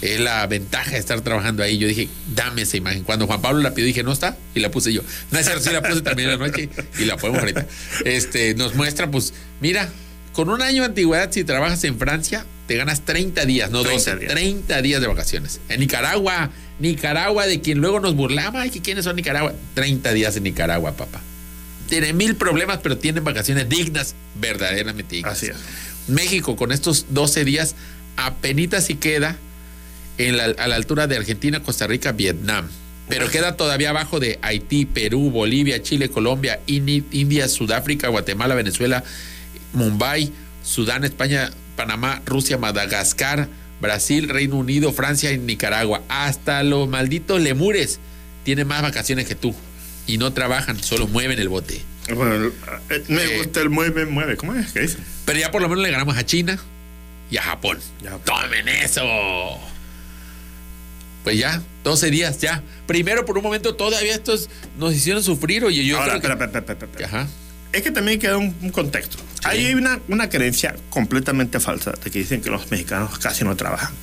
S3: Es la ventaja de estar trabajando ahí. Yo dije, dame esa imagen. Cuando Juan Pablo la pidió, dije, no está. Y la puse yo. No es cierto, sí la puse también en la noche y la podemos ahorita. Este, nos muestra, pues, mira, con un año de antigüedad, si trabajas en Francia, te ganas 30 días, no
S4: 30
S3: 12,
S4: días.
S3: 30 días de vacaciones. En Nicaragua, Nicaragua, de quien luego nos burlaba, ay, que ¿quiénes son Nicaragua? 30 días en Nicaragua, papá. Tienen mil problemas, pero tienen vacaciones dignas, verdaderamente dignas.
S4: Así es.
S3: México con estos 12 días apenas si queda en la- a la altura de Argentina, Costa Rica, Vietnam. Pero queda todavía abajo de Haití, Perú, Bolivia, Chile, Colombia, Ini- India, Sudáfrica, Guatemala, Venezuela, Mumbai, Sudán, España, Panamá, Rusia, Madagascar, Brasil, Reino Unido, Francia y Nicaragua. Hasta los malditos lemures tienen más vacaciones que tú. Y no trabajan, solo mueven el bote.
S4: Bueno, eh, me
S3: Eh.
S4: gusta el mueve, mueve. ¿Cómo es? ¿Qué dice?
S3: Pero ya por lo menos le ganamos a China y a Japón.
S4: Ya.
S3: ¡Tomen eso! Pues ya, 12 días, ya. Primero, por un momento, todavía estos nos hicieron sufrir, oye, yo
S4: Ahora,
S3: creo que-
S4: espera, espera, espera, espera, espera.
S3: Ajá.
S4: Es que también queda un, un contexto. Ahí hay una, una creencia completamente falsa de que dicen que los mexicanos casi no trabajan,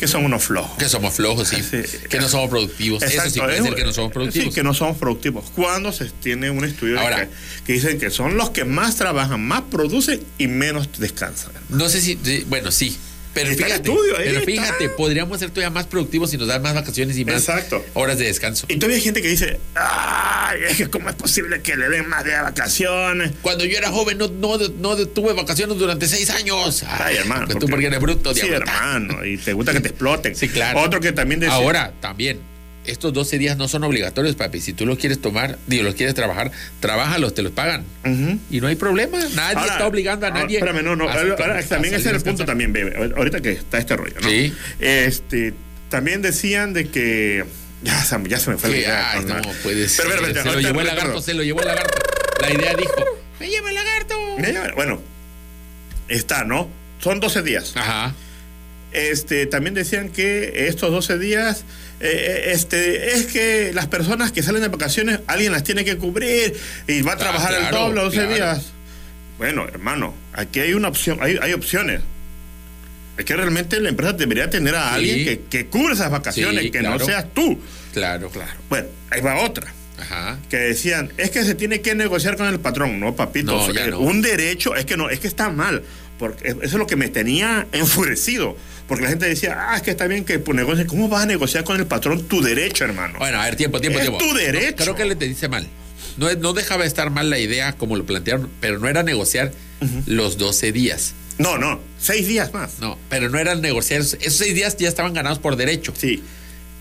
S4: que son unos flojos.
S3: Que somos flojos, sí.
S4: Sí.
S3: Que no somos productivos. eso sí
S4: Exacto,
S3: puede
S4: es-
S3: ser que no somos productivos.
S4: Sí, que no somos productivos. Cuando se tiene un estudio de
S3: Ahora.
S4: que, que dicen que son los que más trabajan, más producen y menos descansan.
S3: No sé si, de- bueno, sí. Pero
S4: Está el
S3: fíjate,
S4: estudio ahí,
S3: pero
S4: está.
S3: fíjate, podríamos ser todavía más productivos si nos dan más vacaciones y más
S4: Exacto.
S3: horas de descanso.
S4: Y todavía hay gente que dice, ay, es que cómo es posible que le den más de vacaciones.
S3: Cuando yo era joven no, no, no tuve vacaciones durante seis años.
S4: Ay, hermano.
S3: Pues tú porque eres bruto,
S4: Sí,
S3: diablo.
S4: hermano. Y te gusta que te exploten.
S3: Sí, claro.
S4: Otro que también decía.
S3: Ahora, también, estos 12 días no son obligatorios, papi. Si tú los quieres tomar, digo, los quieres trabajar, trabájalos, te los pagan.
S4: Ujú.
S3: Y no hay problema. Nadie
S4: Ahora-
S3: está obligando a
S4: ahora,
S3: nadie.
S4: espérame, no, no.
S3: a-
S4: ahora-
S3: a-
S4: ahora
S3: a
S4: también ese
S3: salir
S4: es
S3: a
S4: el punto
S3: descansar.
S4: también, bebé. Ahorita que está este rollo, ¿no?
S3: Sí.
S4: Este, también decían de que. Ya se, ya se me fue
S3: Sí,
S4: idea,
S3: ay, no,
S4: carnal.
S3: puede ser.
S4: Pero, espérame,
S3: se lo
S4: ahorita
S3: llevó el
S4: recuerdo.
S3: lagarto, se lo llevó el lagarto. La idea dijo: ¡Me lleva el lagarto!
S4: Ya, ya, Bueno, está, ¿no? Son 12 días.
S3: Ajá.
S4: Este, también decían que estos 12 días, eh, eh, este, es que las personas que salen de vacaciones, alguien las tiene que cubrir y va a
S3: Ah,
S4: trabajar el
S3: claro,
S4: doble 12
S3: claro.
S4: días. Bueno, hermano, aquí hay una opción, hay, hay opciones. Es que realmente la empresa debería tener a
S3: Sí.
S4: alguien que, que cubra esas vacaciones,
S3: Sí,
S4: que
S3: claro.
S4: no seas tú.
S3: Claro, claro.
S4: Bueno, ahí va otra
S3: Ajá.
S4: que decían, es que se tiene que negociar con el patrón, no, papito.
S3: No,
S4: o sea,
S3: ya no.
S4: Un derecho, es que no, es que está mal. Porque eso es lo que me tenía enfurecido. Porque la gente decía, ah, es que está bien que pues, negocies. ¿Cómo vas a negociar con el patrón tu derecho, hermano?
S3: Bueno, a ver, tiempo, tiempo,
S4: Es
S3: tiempo.
S4: tu
S3: No,
S4: derecho.
S3: creo que le te dice mal. No, es- no dejaba de estar mal la idea como lo plantearon, pero no era negociar los 12 días.
S4: No, no, seis días más.
S3: No, pero no eran negociar. Esos seis días ya estaban ganados por derecho.
S4: Sí,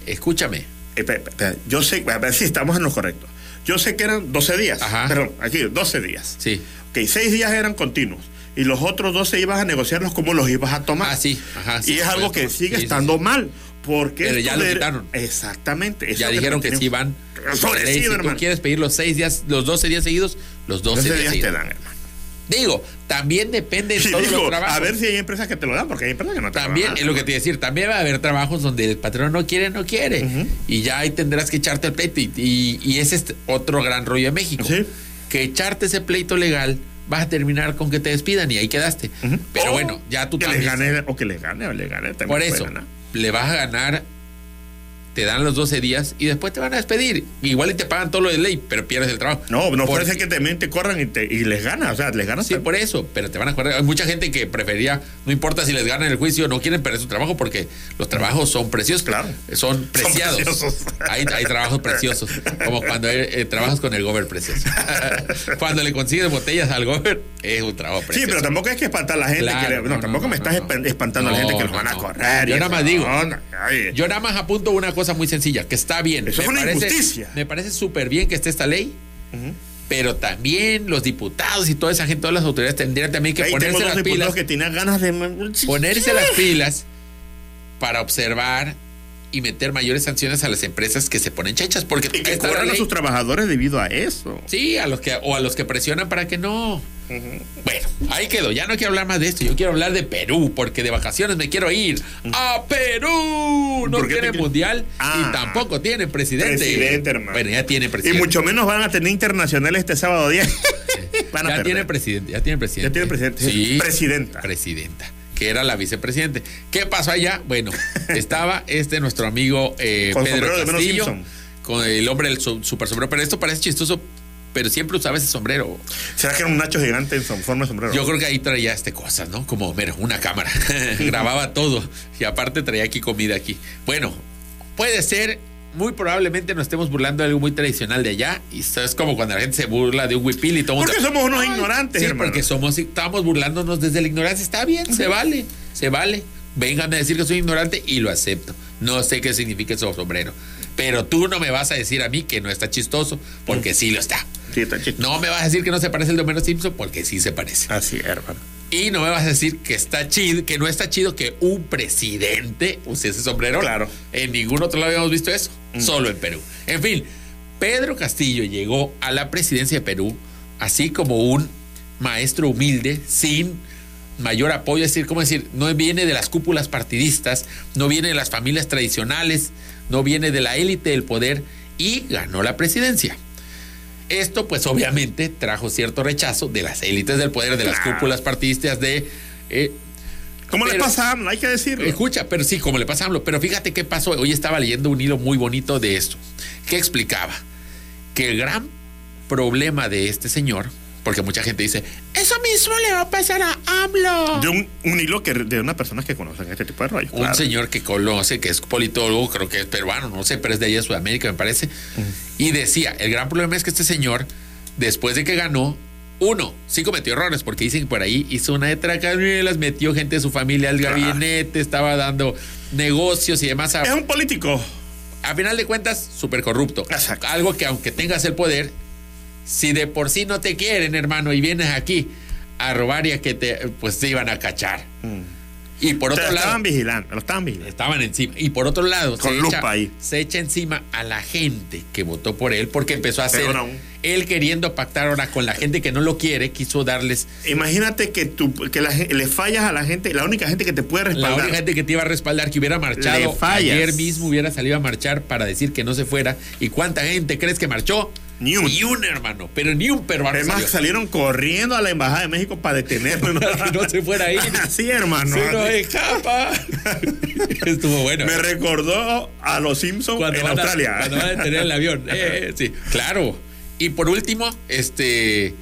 S3: Escúchame.
S4: Eh, pe- pe- pe- yo sé, a ver si estamos en lo correcto. Yo sé que eran 12 días.
S3: Ajá.
S4: Perdón, aquí, 12 días.
S3: Sí.
S4: Ok, seis días eran continuos. Y los otros 12 ibas a negociarlos como los ibas a tomar.
S3: Ah, sí, ajá, sí,
S4: y es
S3: sí,
S4: algo
S3: puedes
S4: que
S3: tomar.
S4: sigue
S3: Sí, sí,
S4: estando mal. Porque
S3: Pero
S4: es
S3: ya
S4: tu
S3: lo
S4: dere-
S3: quitaron.
S4: Exactamente. eso es
S3: Ya
S4: lo
S3: dijeron que
S4: me
S3: sí
S4: tenía-
S3: van.
S4: Sobre
S3: Ley,
S4: sí,
S3: si tú
S4: hermano.
S3: quieres pedir los seis días, los 12 días seguidos, los 12
S4: 12
S3: días,
S4: días te
S3: seguidos.
S4: dan, hermano.
S3: Digo, también depende de
S4: Sí,
S3: todos los
S4: digo,
S3: trabajos.
S4: a ver si hay empresas que te lo dan, porque hay empresas que no te
S3: También,
S4: lo
S3: es
S4: dan.
S3: lo que te iba a decir, también va a haber trabajos donde el patrón no quiere, no quiere. Y ya ahí tendrás que echarte el pleito. Y, y- y ese es otro gran rollo de México.
S4: Sí.
S3: Que echarte ese pleito legal vas a terminar con que te despidan y ahí quedaste.
S4: Ujú.
S3: Pero
S4: O
S3: bueno, ya tú
S4: que
S3: también.
S4: les gane, O que les gane, o les gane. también
S3: Por
S4: puede
S3: eso,
S4: ganar.
S3: le vas a ganar, te dan los 12 días y después te van a despedir. Igual y te pagan todo lo de ley, pero pierdes el trabajo.
S4: No, no
S3: Por-
S4: puede ser que también te corran y, te, y les gana. O sea, les ganas.
S3: Sí, por eso, pero te van a acordar. Hay mucha gente que prefería, no importa si les ganan el juicio, no quieren perder su trabajo porque los trabajos son preciosos.
S4: Claro.
S3: Son preciados.
S4: preciosos.
S3: Hay, hay trabajos preciosos, como cuando eh, trabajas con el gober precioso. cuando le consigues botellas al gober, es un trabajo
S4: Sí,
S3: precioso.
S4: pero tampoco es que espantar a la gente.
S3: Claro,
S4: que le- no,
S3: no,
S4: tampoco
S3: no,
S4: me
S3: no,
S4: estás
S3: no.
S4: espan- espantando a la
S3: No,
S4: gente que
S3: no,
S4: los van a
S3: no.
S4: correr. y
S3: Yo nada
S4: eso.
S3: más digo.
S4: No, no, ay.
S3: Yo nada más apunto una cosa muy sencilla, que está bien.
S4: Eso es una injusticia.
S3: Me parece súper bien que esté esta ley, pero también los diputados y toda esa gente, todas las autoridades tendrían también que
S4: Ahí tengo
S3: ponerse
S4: dos
S3: las pilas.
S4: diputados que tenían ganas de.
S3: ponerse las pilas para observar y meter mayores sanciones a las empresas que se ponen chechas porque
S4: Y que
S3: está la
S4: corran a
S3: ley.
S4: sus trabajadores debido a eso.
S3: sí a los que o a los que presionan para que no bueno ahí quedó ya no quiero hablar más de esto yo quiero hablar de Perú porque de vacaciones me quiero ir a Perú no
S4: ¿Por qué te
S3: tiene
S4: quieres-
S3: mundial
S4: Ah.
S3: y tampoco tiene presidente
S4: Presidente, hermano.
S3: bueno ya tiene
S4: Y
S3: presidente
S4: mucho menos van a tener internacional este sábado 10. Van a
S3: ya
S4: perder.
S3: tiene presidente ya tiene presidente
S4: Ya tiene presidente.
S3: sí
S4: Presidenta.
S3: presidenta que era la vicepresidente. ¿Qué pasó allá? Bueno, estaba este nuestro amigo eh,
S4: Con
S3: Pedro
S4: sombrero de Homero
S3: Castillo,
S4: Simpson.
S3: con el hombre del su- super sombrero. Pero esto parece chistoso, pero siempre usaba ese sombrero.
S4: ¿Será que era un Nacho gigante en som- forma de sombrero?
S3: Yo creo que ahí traía este cosas, ¿no? Como, mira, una cámara. Grababa todo. Y aparte traía aquí comida aquí. Bueno, puede ser. Muy probablemente nos estemos burlando de algo muy tradicional de allá. Y esto es como cuando la gente se burla de un huipil y todo el mundo-
S4: Porque somos unos
S3: Ay,
S4: ignorantes,
S3: Sí,
S4: hermano.
S3: porque somos, estamos burlándonos desde la ignorancia. Está bien, se vale, se vale. Vénganme a decir que soy ignorante y lo acepto. No sé qué significa eso, sombrero. Pero tú no me vas a decir a mí que no está chistoso, porque sí lo está.
S4: Mm. Sí, está chistoso.
S3: No me vas a decir que no se parece el de Homero Simpson, porque sí se parece.
S4: Así, es, hermano.
S3: Y no me vas a decir que está chido, que no está chido que un presidente use ese sombrero.
S4: Claro.
S3: En ningún otro lado habíamos visto eso, solo en Perú. En fin, Pedro Castillo llegó a la presidencia de Perú así como un maestro humilde, sin mayor apoyo, es decir, ¿cómo decir? No viene de las cúpulas partidistas, no viene de las familias tradicionales, no viene de la élite del poder y ganó la presidencia. Esto, pues obviamente, trajo cierto rechazo de las élites del poder, de las
S4: Claro.
S3: cúpulas partidistas, de. eh,
S4: ¿Cómo le
S3: Pero-
S4: pasa a AMLO? Hay que decirlo.
S3: escucha, pero sí, como le pasa a AMLO. Pero fíjate qué pasó. Hoy estaba leyendo un hilo muy bonito de esto, que explicaba que el gran problema de este señor, porque mucha gente dice, eso mismo le va a pasar a AMLO.
S4: De un, un hilo que de unas personas que conocen este tipo de rollos.
S3: un
S4: claro.
S3: señor que conoce, que es politólogo, creo que es peruano, no sé, pero es de allá de Sudamérica, me parece. Y decía, el gran problema es que este señor, después de que ganó, uno, sí cometió errores, porque dicen que por ahí hizo una de tracanelas, metió gente de su familia al gabinete, estaba dando negocios y demás. A,
S4: Es un político.
S3: a final de cuentas, súper corrupto.
S4: Exacto.
S3: Algo que aunque tengas el poder, si de por sí no te quieren, hermano, y vienes aquí a robar y a que te, pues te iban a cachar. Y por
S4: O sea,
S3: otro lado...
S4: Mm. estaban vigilando, lo estaban vigilando.
S3: Estaban encima. Y por otro lado,
S4: Con
S3: se,
S4: lupa
S3: echa,
S4: ahí.
S3: se echa encima a la gente que votó por él porque empezó a hacer.
S4: Peor aún.
S3: Él queriendo pactar ahora con la gente que no lo quiere, quiso darles.
S4: Imagínate que, tú, que la gen- le fallas a la gente, la única gente que te puede
S3: La
S4: respaldar.
S3: única gente que te iba a respaldar, que hubiera marchado
S4: Le fallas.
S3: ayer mismo, hubiera salido a marchar para decir que no se fuera. ¿Y cuánta gente crees que marchó?
S4: Ni un.
S3: hermano. Pero ni un peruano.
S4: Además,
S3: salió.
S4: salieron corriendo a la Embajada de México para detenerlo.
S3: Para que no se fuera ahí. eh.
S4: Así, hermano.
S3: Se nos escapa. Estuvo bueno.
S4: Me recordó a los Simpsons
S3: cuando
S4: en
S3: van a-
S4: Australia.
S3: cuando van a detener el avión. Eh, sí, claro. Y por último, este.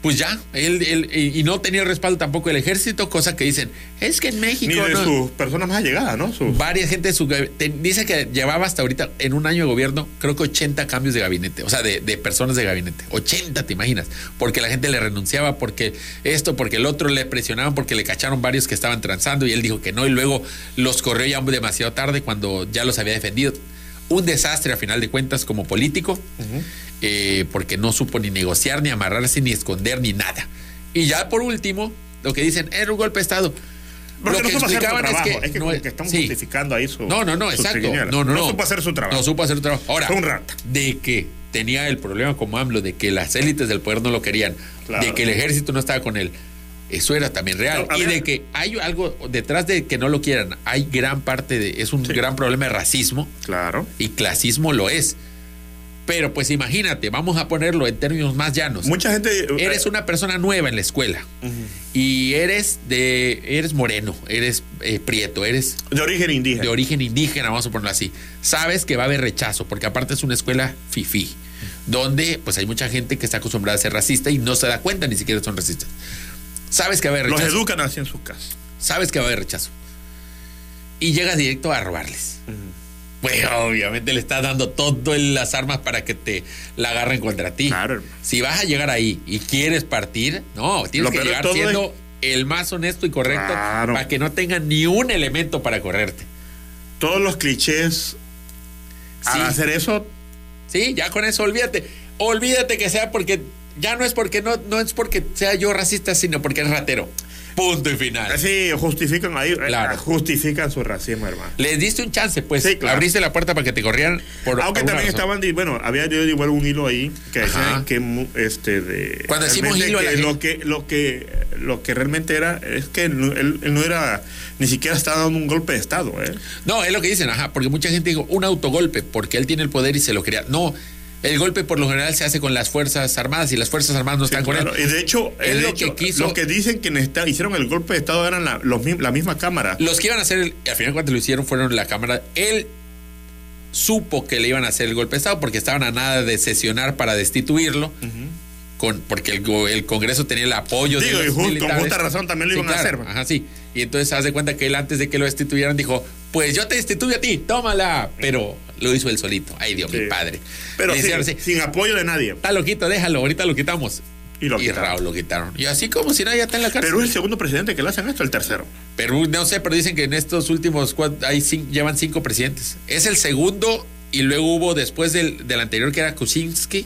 S3: Pues ya, él, él- y y no tenía respaldo tampoco del ejército, cosa que dicen, es que en México
S4: Ni de
S3: no-
S4: sus personas más allegadas, ¿no? Sus-
S3: varias gente de su gabi- te- dice que llevaba hasta ahorita en un año de gobierno, creo que 80 cambios de gabinete, o sea, de, de personas de gabinete, 80, te imaginas, porque la gente le renunciaba, porque esto, porque el otro le presionaban, porque le cacharon varios que estaban transando y él dijo que no, y luego los corrió ya demasiado tarde cuando ya los había defendido. Un desastre a final de cuentas como político, eh, porque no supo ni negociar, ni amarrarse, ni esconder, ni nada. Y ya por último, lo que dicen, era un golpe de Estado.
S4: Porque
S3: lo que
S4: supo hacer su
S3: explicaban es
S4: trabajo.
S3: que
S4: es que,
S3: no
S4: como
S3: es-
S4: que estamos
S3: sí.
S4: justificando ahí su.
S3: No, no, no,
S4: sus
S3: exacto.
S4: triquiñuelas.
S3: No, no, no.
S4: supo hacer su trabajo.
S3: No supo hacer su trabajo. Ahora,
S4: Fue un rata.
S3: de que tenía el problema como AMLO, de que las élites del poder no lo querían,
S4: Claro.
S3: de que el ejército no estaba con él. Eso era también real.
S4: No, a
S3: y
S4: ver.
S3: de que hay algo detrás de que no lo quieran. Hay gran parte de. Es un gran problema de racismo
S4: Claro.
S3: y clasismo lo es. Pero pues imagínate, vamos a ponerlo en términos más llanos.
S4: Mucha gente. eh,
S3: Eres una persona nueva en la escuela y eres de eres moreno, eres eh, prieto, eres
S4: De origen indígena.
S3: de origen indígena, vamos a ponerlo así, sabes que va a haber rechazo, porque aparte es una escuela fifí, donde pues hay mucha gente que está acostumbrada a ser racista y no se da cuenta ni siquiera son racistas. Sabes que va a haber
S4: Los
S3: rechazo.
S4: educan así en sus casas.
S3: Sabes que va a haber rechazo. Y llegas directo a robarles. Pues obviamente le estás dando todas las armas para que te la agarren contra ti.
S4: Claro, hermano.
S3: Si vas a llegar ahí y quieres partir, no, tienes
S4: Lo
S3: que
S4: peor de
S3: llegar
S4: todo es-
S3: siendo el más honesto y correcto
S4: Claro.
S3: para que no tengan ni un elemento para correrte.
S4: Todos los clichés
S3: Sí.
S4: al hacer eso.
S3: Sí, ya con eso olvídate. Olvídate que sea porque ya no es porque no, no es porque sea yo racista, sino porque es ratero. Punto y final.
S4: Sí, justifican ahí. eh,
S3: Claro.
S4: Justifican su racismo, hermano.
S3: Les diste un chance, pues.
S4: Sí, claro.
S3: Abriste la puerta para que te corrieran por alguna
S4: Aunque también
S3: razón.
S4: estaban, di- bueno, había yo igual un hilo ahí que decían
S3: Ajá.
S4: que mu- este de
S3: Cuando decimos
S4: realmente
S3: hilo, a la
S4: que lo
S3: gente-
S4: que lo que lo que realmente era es que él, no- él- él no era ni siquiera estaba dando un golpe de estado, ¿eh?
S3: No, es lo que dicen, ajá, porque mucha gente dijo un autogolpe porque él tiene el poder y se lo crea. No, El golpe por lo general se hace con las Fuerzas Armadas y las Fuerzas Armadas no están
S4: Claro,
S3: con
S4: y
S3: él.
S4: de hecho,
S3: Es
S4: de
S3: lo
S4: hecho,
S3: que quiso-
S4: los que dicen que nesta- hicieron el golpe de Estado eran la, los mi- la misma Cámara.
S3: Los que iban a hacer, el, al final cuando lo hicieron fueron la Cámara. Él supo que le iban a hacer el golpe de Estado porque estaban a nada de sesionar para destituirlo. Con, porque el, go- el Congreso tenía el apoyo
S4: Digo,
S3: de
S4: y
S3: los
S4: justo- con
S3: militares.
S4: justa razón también lo
S3: Sí,
S4: iban a
S3: claro,
S4: hacer.
S3: Ajá, sí. Y entonces se hace cuenta que él antes de que lo destituyeran dijo, pues yo te destituyo a ti, tómala. Pero lo hizo él solito. Ay, Dios, mi
S4: Sí.
S3: padre. Le
S4: Pero sin,
S3: hicieron así.
S4: sin apoyo de nadie.
S3: Está loquito, déjalo, ahorita lo quitamos.
S4: Y lo quitaron.
S3: Raúl lo quitaron. Y así como si nadie está en la cárcel.
S4: Perú es el segundo presidente que le hacen esto, el tercero.
S3: Perú, no sé, pero dicen que en estos últimos cuatro, hay cin- llevan cinco presidentes. Es el segundo y luego hubo después del, del anterior que era Kuczynski,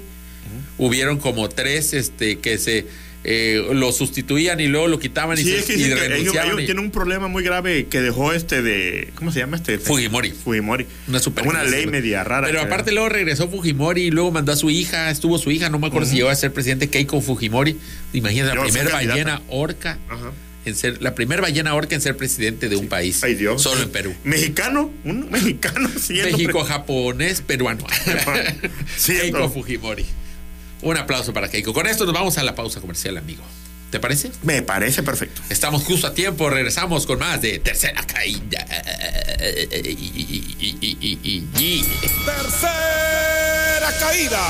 S3: hubieron como tres este, que se eh, lo sustituían y luego lo quitaban y,
S4: Sí,
S3: se,
S4: es que
S3: y
S4: dicen que ellos,
S3: renunciaban.
S4: ellos
S3: y-
S4: tienen un problema muy grave que dejó este de. ¿Cómo se llama este?
S3: Fujimori.
S4: Fujimori.
S3: Una super
S4: Una ley media rara.
S3: Pero
S4: que-
S3: aparte luego regresó Fujimori y luego mandó a su hija, estuvo su hija, no me acuerdo si llegó a ser presidente Keiko Fujimori. Imagínate, la
S4: Yo soy
S3: primera
S4: candidata.
S3: ballena orca
S4: Ajá.
S3: en ser, la primera ballena orca en ser presidente de un país.
S4: Ay, Dios.
S3: Solo en Perú.
S4: Mexicano, un mexicano siendo
S3: México, japonés, peruano.
S4: Siendo-
S3: Keiko Fujimori. Un aplauso para Keiko. Con esto nos vamos a la pausa comercial, amigo. ¿Te parece?
S4: pre- Me parece perfecto.
S3: Estamos justo a tiempo, regresamos con más de Tercera Caída.
S2: Tercera caída.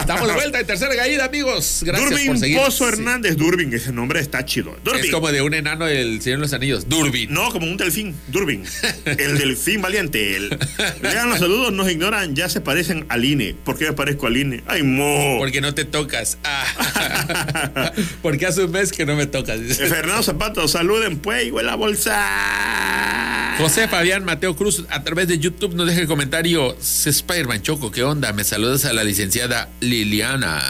S3: Estamos de vuelta en Tercera Caída, amigos. Gracias por
S4: Durbin
S3: seguir.
S4: Pozo
S3: Sí.
S4: Hernández. Durbin, ese nombre está chido. Durbin.
S3: Es como de un enano del Señor de los Anillos. Durbin.
S4: No, como un delfín, Durbin. El delfín valiente. El- Lean los saludos, nos ignoran, ya se parecen al INE. ¿Por qué me parezco al INE? ¡Ay, mo!
S3: Porque no te tocas. Ah. Porque hace un mes que no me tocas.
S4: Eh, Fernando Zapato, saluden, pues, igual la bolsa.
S3: José Fabián Mateo Cruz, a través de YouTube nos deja el comentario. Spider-Man Choco, ¿qué onda? Me saludas a la licenciada Liliana.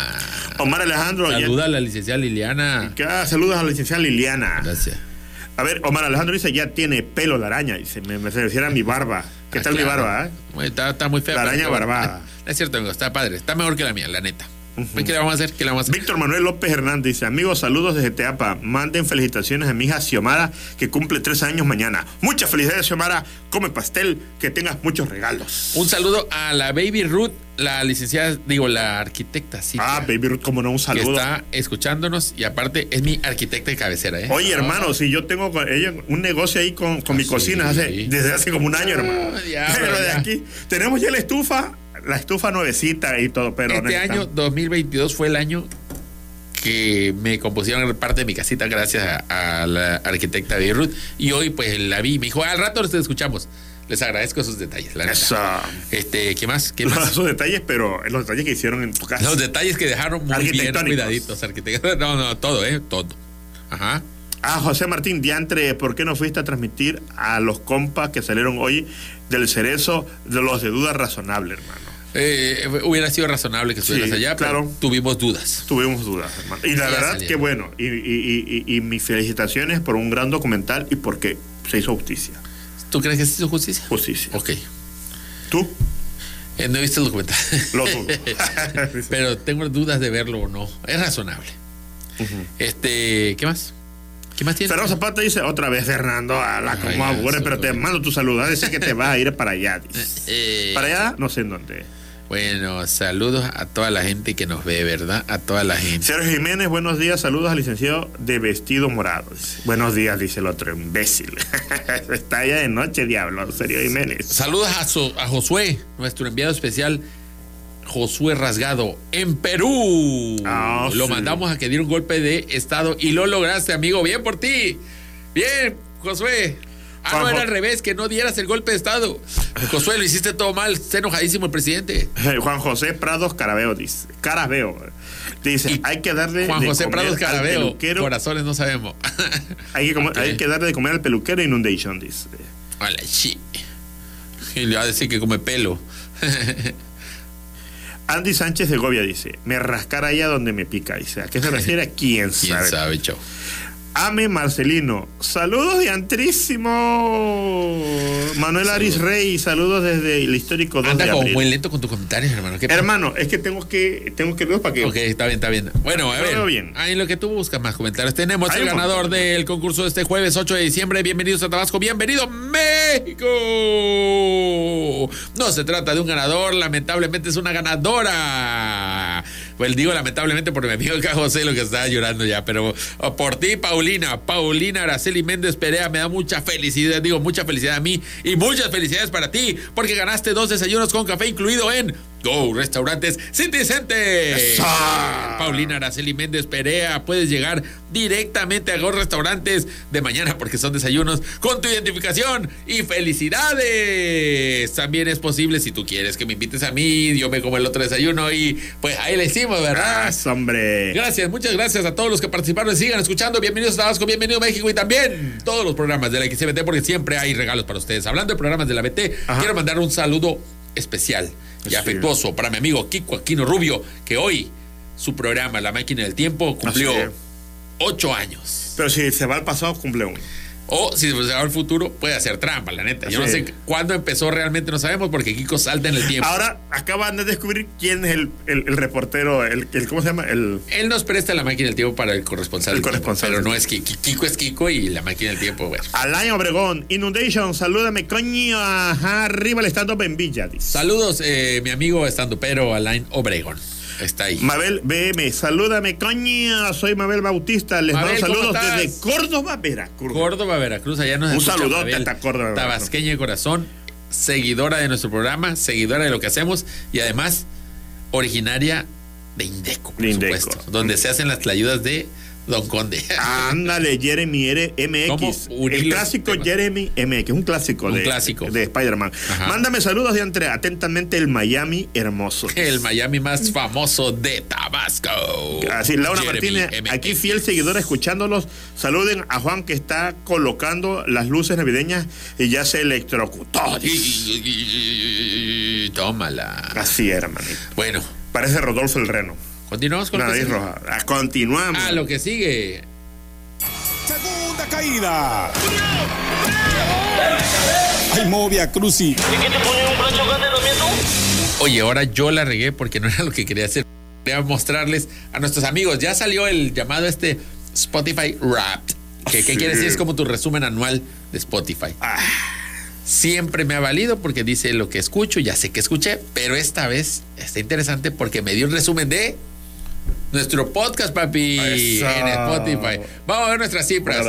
S4: Omar Alejandro, ya-
S3: Saluda a la licenciada Liliana.
S4: ya ah, saludos a la licenciada Liliana.
S3: Gracias.
S4: A ver, Omar Alejandro dice, ya tiene pelo la araña. Dice, me, me se refiere a mi barba. ¿Qué
S3: Ah,
S4: tal mi
S3: claro.
S4: barba? eh?
S3: Bueno, Está, está muy fea.
S4: La
S3: pero
S4: araña
S3: está bueno.
S4: barbada.
S3: No es cierto, amigo, está padre. Está mejor que la mía, la neta. ¿Qué le vamos a hacer? ¿Qué le vamos a hacer?
S4: Víctor Manuel López Hernández dice, amigos, saludos desde Teapa. Manden felicitaciones a mi hija Xiomara, que cumple tres años mañana. Muchas felicidades, Xiomara. Come pastel, que tengas muchos regalos.
S3: Un saludo a la Baby Ruth, la licenciada, digo, la arquitecta, sí.
S4: Ah,
S3: que-
S4: Baby Ruth, como no, un
S3: que
S4: saludo.
S3: está escuchándonos y aparte es mi arquitecta de cabecera, ¿eh? Ah,
S4: Oye, hermano, si yo tengo con ella un negocio ahí con, con mi
S3: sí. Ah,
S4: cocina hace- desde hace como un año, hermano.
S3: ya,
S4: pero
S3: pero
S4: de
S3: ya.
S4: aquí tenemos ya la estufa, la estufa nuevecita y todo, pero
S3: este año
S4: necesitamos-
S3: 2022 fue el año que me compusieron parte de mi casita gracias a, a la arquitecta de Ruth y hoy pues la vi y me dijo al rato les escuchamos les agradezco esos detalles la neta.
S4: Eso.
S3: este qué más qué más
S4: Esos detalles, pero los detalles que hicieron en tu casa.
S3: los detalles que dejaron muy bien
S4: Arquitectónicos.
S3: cuidaditos arquitectos no no todo eh todo ajá
S4: Ah, José Martín Diantre, ¿por qué no fuiste a transmitir a los compas que salieron hoy del cerezo de los de duda razonable, hermano?
S3: Eh, hubiera sido razonable que estuvieras
S4: Sí,
S3: allá
S4: claro.
S3: pero tuvimos dudas
S4: Tuvimos dudas, hermano. Y la
S3: Ya
S4: verdad,
S3: salieron.
S4: que bueno. Y, y- y- y- y mis felicitaciones por un gran documental y porque se hizo justicia.
S3: tú crees que se hizo justicia
S4: Justicia.
S3: Ok.
S4: ¿Tú?
S3: Eh, no he visto el documental
S4: Lo dudo.
S3: pero tengo dudas de verlo o no. Es razonable. Este, ¿qué más? ¿Qué más tiene?
S4: Fernando Zapata dice otra vez, Fernando, a la como
S3: ya,
S4: aburre, pero te
S3: otra vez.
S4: mando tu saludo. Ah, Dice que te vas a ir para allá. dice.
S3: Eh,
S4: Para allá, no sé en dónde.
S3: bueno, saludos a toda la gente que nos ve, ¿verdad? A toda la gente.
S4: Sergio Jiménez, buenos días, saludos al licenciado de vestido morado. Dice, Buenos días, dice el otro imbécil. Está allá de noche, diablo, Sergio Jiménez.
S3: Saludos a, So- a Josué, nuestro enviado especial, Josué Rasgado, en Perú.
S4: Ah,
S3: lo
S4: sí.
S3: mandamos a que diera un golpe de estado y lo lograste, amigo. Bien por ti. Bien, Josué. Ah, no,
S4: Juanjo.
S3: era al revés, que no dieras el golpe de estado. Josué, lo hiciste todo mal. Está enojadísimo el presidente.
S4: Eh, Juan José Prados Carabeo dice, Carabeo. Dice,
S3: Y
S4: hay que darle
S3: Juan
S4: de
S3: José
S4: comer
S3: Prados
S4: al
S3: Carabeo,
S4: peluquero.
S3: corazones no sabemos.
S4: Hay que, comer- hay que darle de comer al peluquero Inundation, dice.
S3: Hola, sí. Y le va a decir que come pelo.
S4: Andy Sánchez de Govia dice, me rascar allá donde me pica. Dice, ¿a qué se refiere? ¿Quién
S3: ¿Quién
S4: sabe?
S3: sabe, chavo?
S4: Ame Marcelino. Saludos de Antrísimo. Manuel Aris Rey, saludos desde el histórico 2
S3: Anda
S4: de
S3: como
S4: abril.
S3: muy lento con tus comentarios, hermano. ¿Qué
S4: Hermano, es que tengo que tengo que leer para que
S3: Ok, está bien, está bien. Bueno, a
S4: Yo
S3: ver.
S4: veo bien.
S3: Ahí en lo que tú buscas más comentarios. Tenemos
S4: Hay
S3: el
S4: un montón.
S3: ganador del concurso de este jueves 8 de diciembre. Bienvenidos a Tabasco. Bienvenido México. No se trata de un ganador, lamentablemente es una ganadora. Pues digo lamentablemente porque mi amigo acá José lo que estaba llorando ya, pero oh, por ti, Paulina, Paulina Araceli Méndez Perea, me da mucha felicidad, digo mucha felicidad a mí y muchas felicidades para ti, porque ganaste dos desayunos con café incluido en Go Restaurantes City Center. Paulina Araceli Méndez Perea, puedes llegar directamente a Go Restaurantes de mañana porque son desayunos con tu identificación y felicidades. También es posible si tú quieres que me invites a mí, yo me como el otro desayuno y pues ahí le hicimos, ¿verdad?
S4: ¡Gracias, hombre.
S3: Gracias, muchas gracias a todos los que participaron y sigan escuchando. Bienvenidos a Tabasco, bienvenido a México y también todos los programas de la XBT porque siempre hay regalos para ustedes. Hablando de programas de la BT,
S4: Ajá.
S3: quiero mandar un saludo especial y
S4: Sí.
S3: afectuoso para mi amigo Kiko Aquino Rubio, que hoy su programa La Máquina del Tiempo cumplió
S4: Así es.
S3: ocho años.
S4: Pero si se va al pasado, cumple uno.
S3: O si se va al futuro, puede hacer trampa, la neta. Yo no
S4: Así
S3: sé
S4: es.
S3: cuándo empezó realmente, no sabemos porque Kiko salta en el tiempo.
S4: Ahora acaban de descubrir quién es el, el- el reportero, el, el- ¿cómo se llama? El
S3: él nos presta la máquina del tiempo para el corresponsal. del
S4: El
S3: tiempo,
S4: corresponsal
S3: Pero
S4: del
S3: no es que Kiko es Kiko y la máquina del tiempo, bueno.
S4: Alain Obregón, Inundation, salúdame, coño, ajá, arriba el estando en Villa. dice.
S3: Saludos, eh, mi amigo estandupero Alain Obregón. Está ahí.
S4: Mabel BM, salúdame, coño, soy Mabel Bautista, les
S3: Mabel,
S4: mando
S3: ¿cómo
S4: saludos
S3: estás?
S4: desde Córdoba, Veracruz.
S3: Córdoba, Veracruz, allá nos
S4: Un
S3: escucha
S4: saludote
S3: Mabel,
S4: hasta Córdoba, Veracruz.
S3: Tabasqueña de corazón, seguidora de nuestro programa, seguidora de lo que hacemos y además originaria de Indeco, por
S4: De Indeco.
S3: supuesto, donde se hacen las tlayudas de Don Conde.
S4: Ándale, Jeremy R- MX.
S3: ¿Cómo unir
S4: El
S3: los
S4: clásico
S3: temas?
S4: Jeremy MX, un clásico
S3: Un
S4: de,
S3: clásico.
S4: de Spider-Man.
S3: Ajá.
S4: Mándame saludos de entre atentamente el Miami hermoso.
S3: El Miami más famoso de Tabasco.
S4: Mm. Así, Laura
S3: Jeremy
S4: Martínez,
S3: MX.
S4: aquí fiel seguidora escuchándolos. Saluden a Juan que está colocando las luces navideñas y ya se electrocutó.
S3: Y- y- y- y- Tómala.
S4: Así era, manito.
S3: Bueno,
S4: Parece Rodolfo el Reno.
S3: continuamos con lo que
S4: Nariz
S3: sigue.
S4: roja. Ah, Continuamos.
S3: Ah, lo que sigue.
S2: Segunda caída. Ay, movia, cruci.
S3: Oye, ahora yo la regué porque no era lo que quería hacer. Quería mostrarles a nuestros amigos. Ya salió el llamado este Spotify Wrapped. Que, ¿Qué
S4: Sí. Ah.
S3: quiere decir? Es como tu resumen anual de Spotify. Siempre me ha valido porque dice lo que escucho, ya sé que escuché, pero esta vez está interesante porque me dio un resumen de nuestro podcast, papi,
S4: Eso.
S3: en Spotify. Vamos a ver nuestras cifras.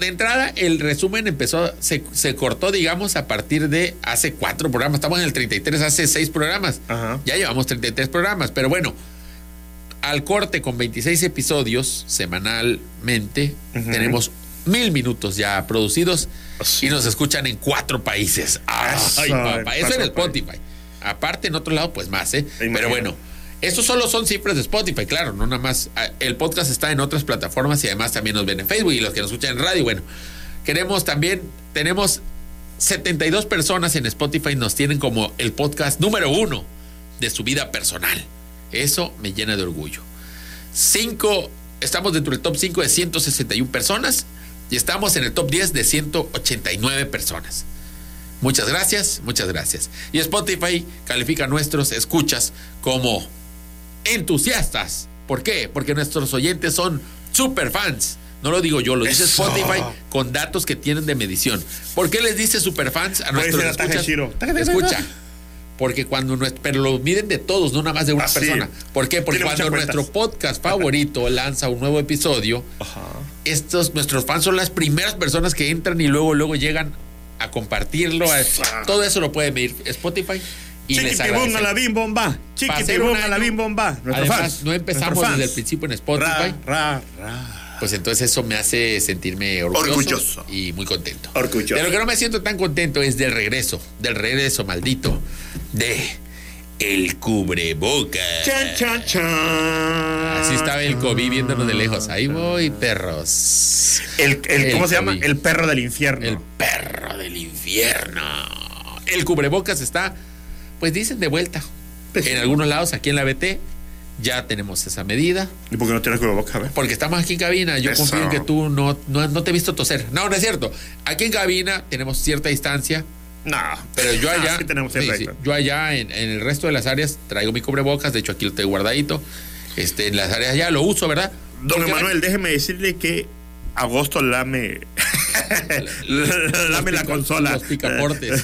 S3: De entrada, el resumen empezó, se, se cortó, digamos, a partir de hace cuatro programas. Estamos en el 33, hace seis programas.
S4: Ajá.
S3: Ya llevamos 33 programas, pero bueno, al corte con 26 episodios semanalmente,
S4: Ujú.
S3: tenemos mil minutos ya producidos
S4: Así.
S3: y nos escuchan en cuatro países.
S4: Eso,
S3: Ay, papá,
S4: en
S3: eso en
S4: cuatro
S3: Spotify. Aparte, en otro lado, pues más, ¿eh?
S4: Imagino.
S3: Pero bueno. Estos solo son cifras de Spotify, claro, no nada más. Ah, El podcast está en otras plataformas y además también nos ven en Facebook y los que nos escuchan en radio. Bueno, queremos también, tenemos 72 personas en Spotify nos tienen como el podcast número uno de su vida personal. Eso me llena de orgullo. Cinco, estamos dentro del top 5 de 161 personas y estamos en el top 10 de 189 personas. Muchas gracias, muchas gracias. Y Spotify califica a nuestros escuchas como entusiastas. ¿Por qué? Porque nuestros oyentes son super fans. No lo digo yo, lo dice
S4: Eso.
S3: Spotify con datos que tienen de medición. ¿Por qué les dice super fans a
S4: Puede
S3: nuestros
S4: ser ataque
S3: escuchas?
S4: Shiro.
S3: Escucha. Porque cuando nuestro, pero lo miden de todos, no nada más de una
S4: Ah, sí.
S3: persona. ¿Por qué? Porque
S4: Tiene
S3: cuando
S4: muchas cuentas.
S3: nuestro podcast favorito lanza un nuevo episodio, estos nuestros fans son las primeras personas que entran y luego luego llegan a compartirlo. a- todo eso lo puede medir Spotify y les
S4: Chiquitibum a
S3: agradecemos.
S4: la bim bomba.
S3: Para hacer un
S4: Chiquitibum a la
S3: año,
S4: bim bomba. Nuestros
S3: Además,
S4: fans,
S3: no empezamos
S4: nuestros fans.
S3: desde el principio en Spotify.
S4: Ra, ra, ra.
S3: Pues entonces eso me hace sentirme orgulloso,
S4: Orgulloso.
S3: y muy contento.
S4: Orgulloso.
S3: De lo que no me siento tan contento es del regreso, del regreso maldito de el cubrebocas.
S4: Chan, chan, chan.
S3: Así estaba el COVID viéndonos de lejos. Ahí voy, perros.
S4: El, el-
S3: El
S4: ¿Cómo se llama?
S3: COVID.
S4: El perro del infierno.
S3: El perro del infierno.
S4: Pues
S3: El cubrebocas está, pues dicen de vuelta. En algunos lados, aquí en la BT, Ya tenemos esa medida.
S4: ¿Y por qué no tienes cubrebocas? A ver.
S3: Porque estamos aquí en cabina, yo
S4: Eso.
S3: confío en que tú no, no, no te he visto toser. No, no es cierto. Aquí en cabina tenemos cierta distancia,
S4: No.
S3: pero yo
S4: Ah,
S3: allá.
S4: sí tenemos
S3: sí,
S4: el
S3: sí,
S4: resto.
S3: yo allá en, en el resto de las áreas traigo mi cubrebocas, de hecho aquí lo tengo guardadito. Este, en las áreas allá lo uso, ¿verdad?
S4: Don
S3: Porque-
S4: Emanuel, déjeme decirle que agosto lame. lame la
S3: pica-
S4: consola.
S3: Los picaportes.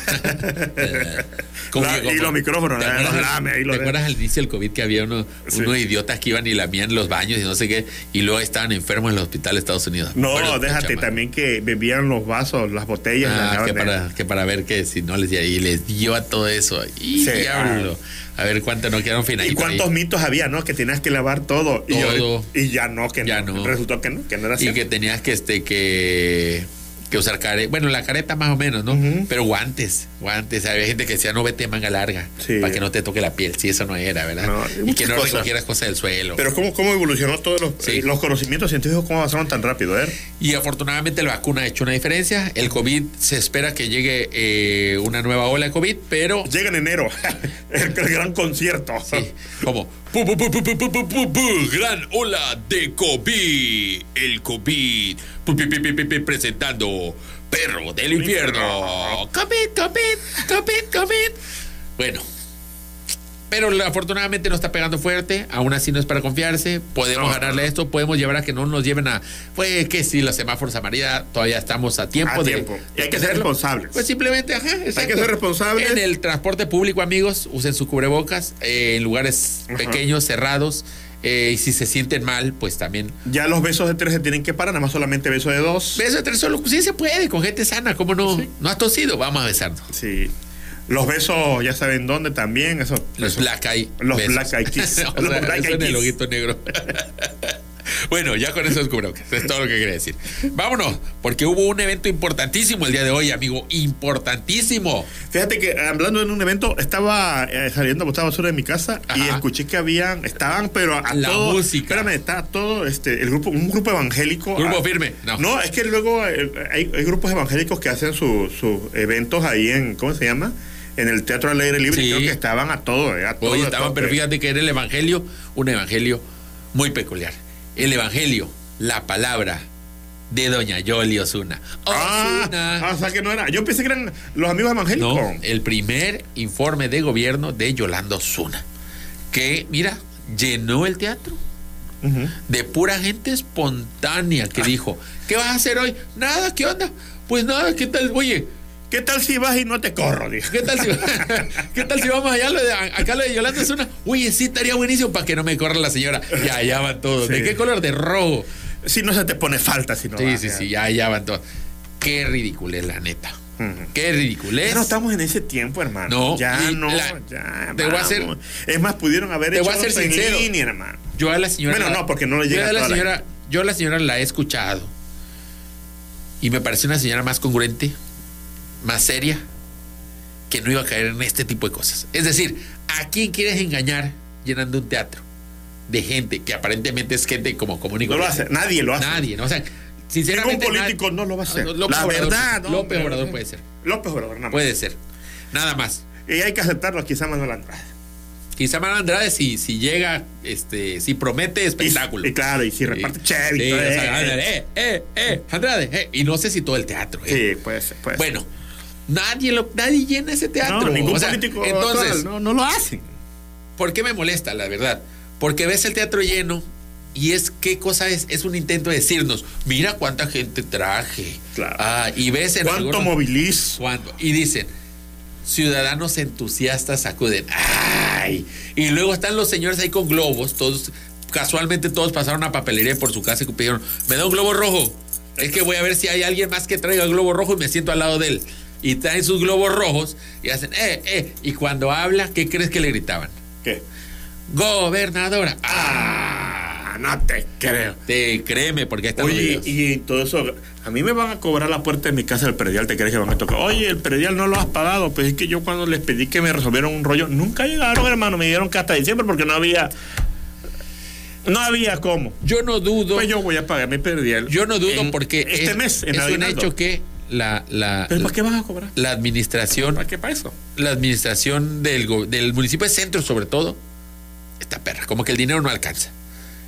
S3: Como
S4: La-
S3: que
S4: y
S3: como-
S4: los micrófonos,
S3: ¿Te
S4: eh,
S3: acuerdas,
S4: los lame, ahí los
S3: ¿te acuerdas
S4: de-
S3: al inicio del COVID que había uno-
S4: Sí.
S3: unos idiotas que iban y lamían los baños y no sé qué, y luego estaban enfermos en los hospitales de Estados Unidos?
S4: No,
S3: Bueno,
S4: déjate
S3: chamaco.
S4: también que bebían los vasos, las botellas.
S3: Ah,
S4: las-
S3: que, para, que para ver que si no les dio y les dio a todo eso. Y
S4: Sí,
S3: diablo. A ver cuánto no quedaron finales.
S4: ¿Y cuántos mitos había, no? Que tenías que lavar todo. Y,
S3: Todo.
S4: y ya no, que
S3: Ya
S4: no.
S3: no.
S4: Resultó que no, que no era
S3: Y
S4: así.
S3: que tenías que este que, que usar careta. Bueno, la careta más o menos, ¿no? Pero guantes, guantes. Había gente que decía no vete manga larga
S4: Sí.
S3: para que no te toque la piel. Sí, eso no era, ¿verdad?
S4: No,
S3: y
S4: muchas
S3: que no
S4: cosas.
S3: recogieras cosas del suelo.
S4: Pero ¿cómo, cómo evolucionó todos los,
S3: Sí.
S4: eh, los conocimientos científicos? ¿Cómo avanzaron tan rápido? eh?
S3: Y afortunadamente la vacuna ha hecho una diferencia. El COVID se espera que llegue eh, una nueva ola de COVID, pero
S4: Llega en enero, el, el gran concierto.
S3: Sí, como pu, pu, pu, pu, pu, pu, pu, pu, pu, gran ola de COVID. El COVID pu, pi, pi, pi, pi, pi, presentando perro del infierno. COVID, COVID, COVID, COVID. Bueno, pero afortunadamente no está pegando fuerte. Aún así no es para confiarse. Podemos
S4: No.
S3: ganarle esto. Podemos llevar a que no nos lleven a. Pues que si los semáforos amarillas todavía estamos a tiempo.
S4: A
S3: de-
S4: tiempo. Y hay
S3: de
S4: que ser
S3: tenerlo.
S4: responsables.
S3: Pues simplemente, ajá,
S4: Hay que
S3: exacto.
S4: ser responsables.
S3: En el transporte público, amigos, usen su cubrebocas eh, en lugares
S4: Ajá.
S3: pequeños, cerrados. eh, y si se sienten mal, pues también.
S4: Ya los besos de tres se tienen que parar, nada más solamente besos de dos.
S3: Beso de tres solo. Sí se puede, con gente sana, ¿cómo no? ¿No has tosido? Vamos a besarnos.
S4: Sí. Los besos, ya saben dónnde también. Eso,
S3: Los
S4: eso.
S3: Black Eye.
S4: Los
S3: besos.
S4: Black Eyed Kiss.
S3: O sea,
S4: Los Black
S3: eso
S4: Eyed
S3: en el
S4: Kiss.
S3: ojito negro. bueno, ya con eso es cubrebocas. Es todo lo que quería decir. Vámonos, porque hubo un evento importantísimo el día de hoy, amigo. Importantísimo.
S4: Fíjate que hablando en un evento, estaba eh, saliendo a botar basura de mi casa y
S3: Ajá.
S4: escuché que habían, estaban, pero a
S3: La
S4: todo.
S3: música.
S4: Espérame, está todo este, el grupo, un grupo evangélico.
S3: Grupo
S4: Ah,
S3: firme. No.
S4: No, es que luego eh, hay, hay grupos evangélicos que hacen su- sus eventos ahí en, ¿cómo se llama? En el Teatro al Aire Libre.
S3: Sí.
S4: y Creo que estaban a todo, eh, a todo.
S3: Hoy
S4: a
S3: estaban,
S4: todo,
S3: pero
S4: eh.
S3: fíjate que era el Evangelio, un Evangelio muy peculiar. El Evangelio, la palabra de Doña Yoli Osuna.
S4: Ah, ah, o sea que no era. Yo pensé que eran los amigos evangélicos.
S3: No, el primer informe de gobierno de Yolanda Osuna. Que, mira, llenó el teatro
S4: Ujú. Ah.
S3: de pura gente espontánea que dijo: ¿Qué vas a hacer hoy? Nada, ¿qué onda? Pues nada, ¿qué tal? Oye,
S4: ¿Qué tal si vas y no te corro? Dijo.
S3: eh. ¿Qué tal si, ¿qué tal si vamos allá lo de, acá lo de Yolanda Zuna? Oye, sí, estaría buenísimo para que no me corra la señora. Ya, ya van todos. ¿De
S4: Sí.
S3: qué color? De rojo.
S4: Si no se te pone falta, si no.
S3: Sí,
S4: vas,
S3: sí,
S4: ya.
S3: sí, ya, ya van todos. Qué ridiculez, la neta.
S4: Ujú.
S3: Qué ridiculez.
S4: Ya no estamos en ese tiempo, hermano.
S3: No,
S4: ya
S3: y
S4: no,
S3: la-
S4: ya.
S3: te voy a
S4: vamos.
S3: ser-
S4: Es más, pudieron haber
S3: te
S4: hecho
S3: voy a ser
S4: otro en
S3: sincero.
S4: línea, hermano.
S3: Yo a la señora.
S4: Bueno, no, porque no le llega
S3: yo a la
S4: toda la
S3: señora, Yo a la señora la he escuchado. Y me parece una señora más congruente, más seria, que no iba a caer en este tipo de cosas. Es decir, ¿a quién quieres engañar llenando un teatro? De gente que aparentemente es gente como comunicó.
S4: No lo hace, nadie lo hace.
S3: Nadie, ¿no? O sea, sinceramente.
S4: Ningún político no lo va a hacer.
S3: López
S4: La
S3: Obrador,
S4: verdad,
S3: López
S4: hombre.
S3: Obrador puede ser.
S4: López Obrador, nada más.
S3: Puede ser. Nada más.
S4: Y hay que aceptarlo, quizá Manuel Andrade.
S3: Quizá Manuel Andrade, si, si llega, este, si promete
S4: Y,
S3: espectáculo.
S4: y claro, y si reparte
S3: Sí.
S4: chévere.
S3: Sí,
S4: todo,
S3: o
S4: eh,
S3: sea,
S4: eh.
S3: ándale, eh, eh, eh, Andrade, eh. Y no sé si todo el teatro. eh.
S4: Sí, puede ser, puede ser.
S3: Bueno, nadie, lo, nadie llena ese teatro.
S4: no, ningún
S3: O sea,
S4: político
S3: Entonces,
S4: actual, no, no lo hacen.
S3: ¿por qué me molesta, la verdad? Porque ves el teatro lleno y es qué cosa es. Es un intento de decirnos, mira cuánta gente traje.
S4: Claro.
S3: Ah, y ves en
S4: ¿Cuánto
S3: algunos-
S4: movilizo?
S3: cuando- Y dicen, ciudadanos entusiastas sacuden. ¡Ay! Y luego están los señores ahí con globos, todos, casualmente todos pasaron a papelería por su casa y pidieron, me da un globo rojo. Es que voy a ver si hay alguien más que traiga el globo rojo y me siento al lado de él. Y traen sus globos rojos y hacen, eh, eh. Y cuando habla, ¿qué crees que le gritaban?
S4: ¿Qué?
S3: Gobernadora. ¡Ah!
S4: Ah, no te creo.
S3: Te créeme, porque ahí están los
S4: Oye,
S3: videos.
S4: y todo eso, a mí me van a cobrar la puerta de mi casa del predial, ¿te crees que van a tocar? Oye, el predial no lo has pagado, pues es que yo cuando les pedí que me resolvieran un rollo, nunca llegaron, hermano, me dieron que hasta diciembre porque no había, no había cómo.
S3: Yo no dudo.
S4: Pues yo voy a pagar mi predial.
S3: Yo no dudo
S4: en
S3: porque
S4: Este
S3: es,
S4: mes, en
S3: es un
S4: aguinaldo.
S3: hecho que la, la,
S4: ¿Pero para qué vas a cobrar?
S3: la administración,
S4: ¿Para qué para eso?
S3: la administración del, go- del municipio de Centro sobre todo, está esta perra, como que el dinero no alcanza.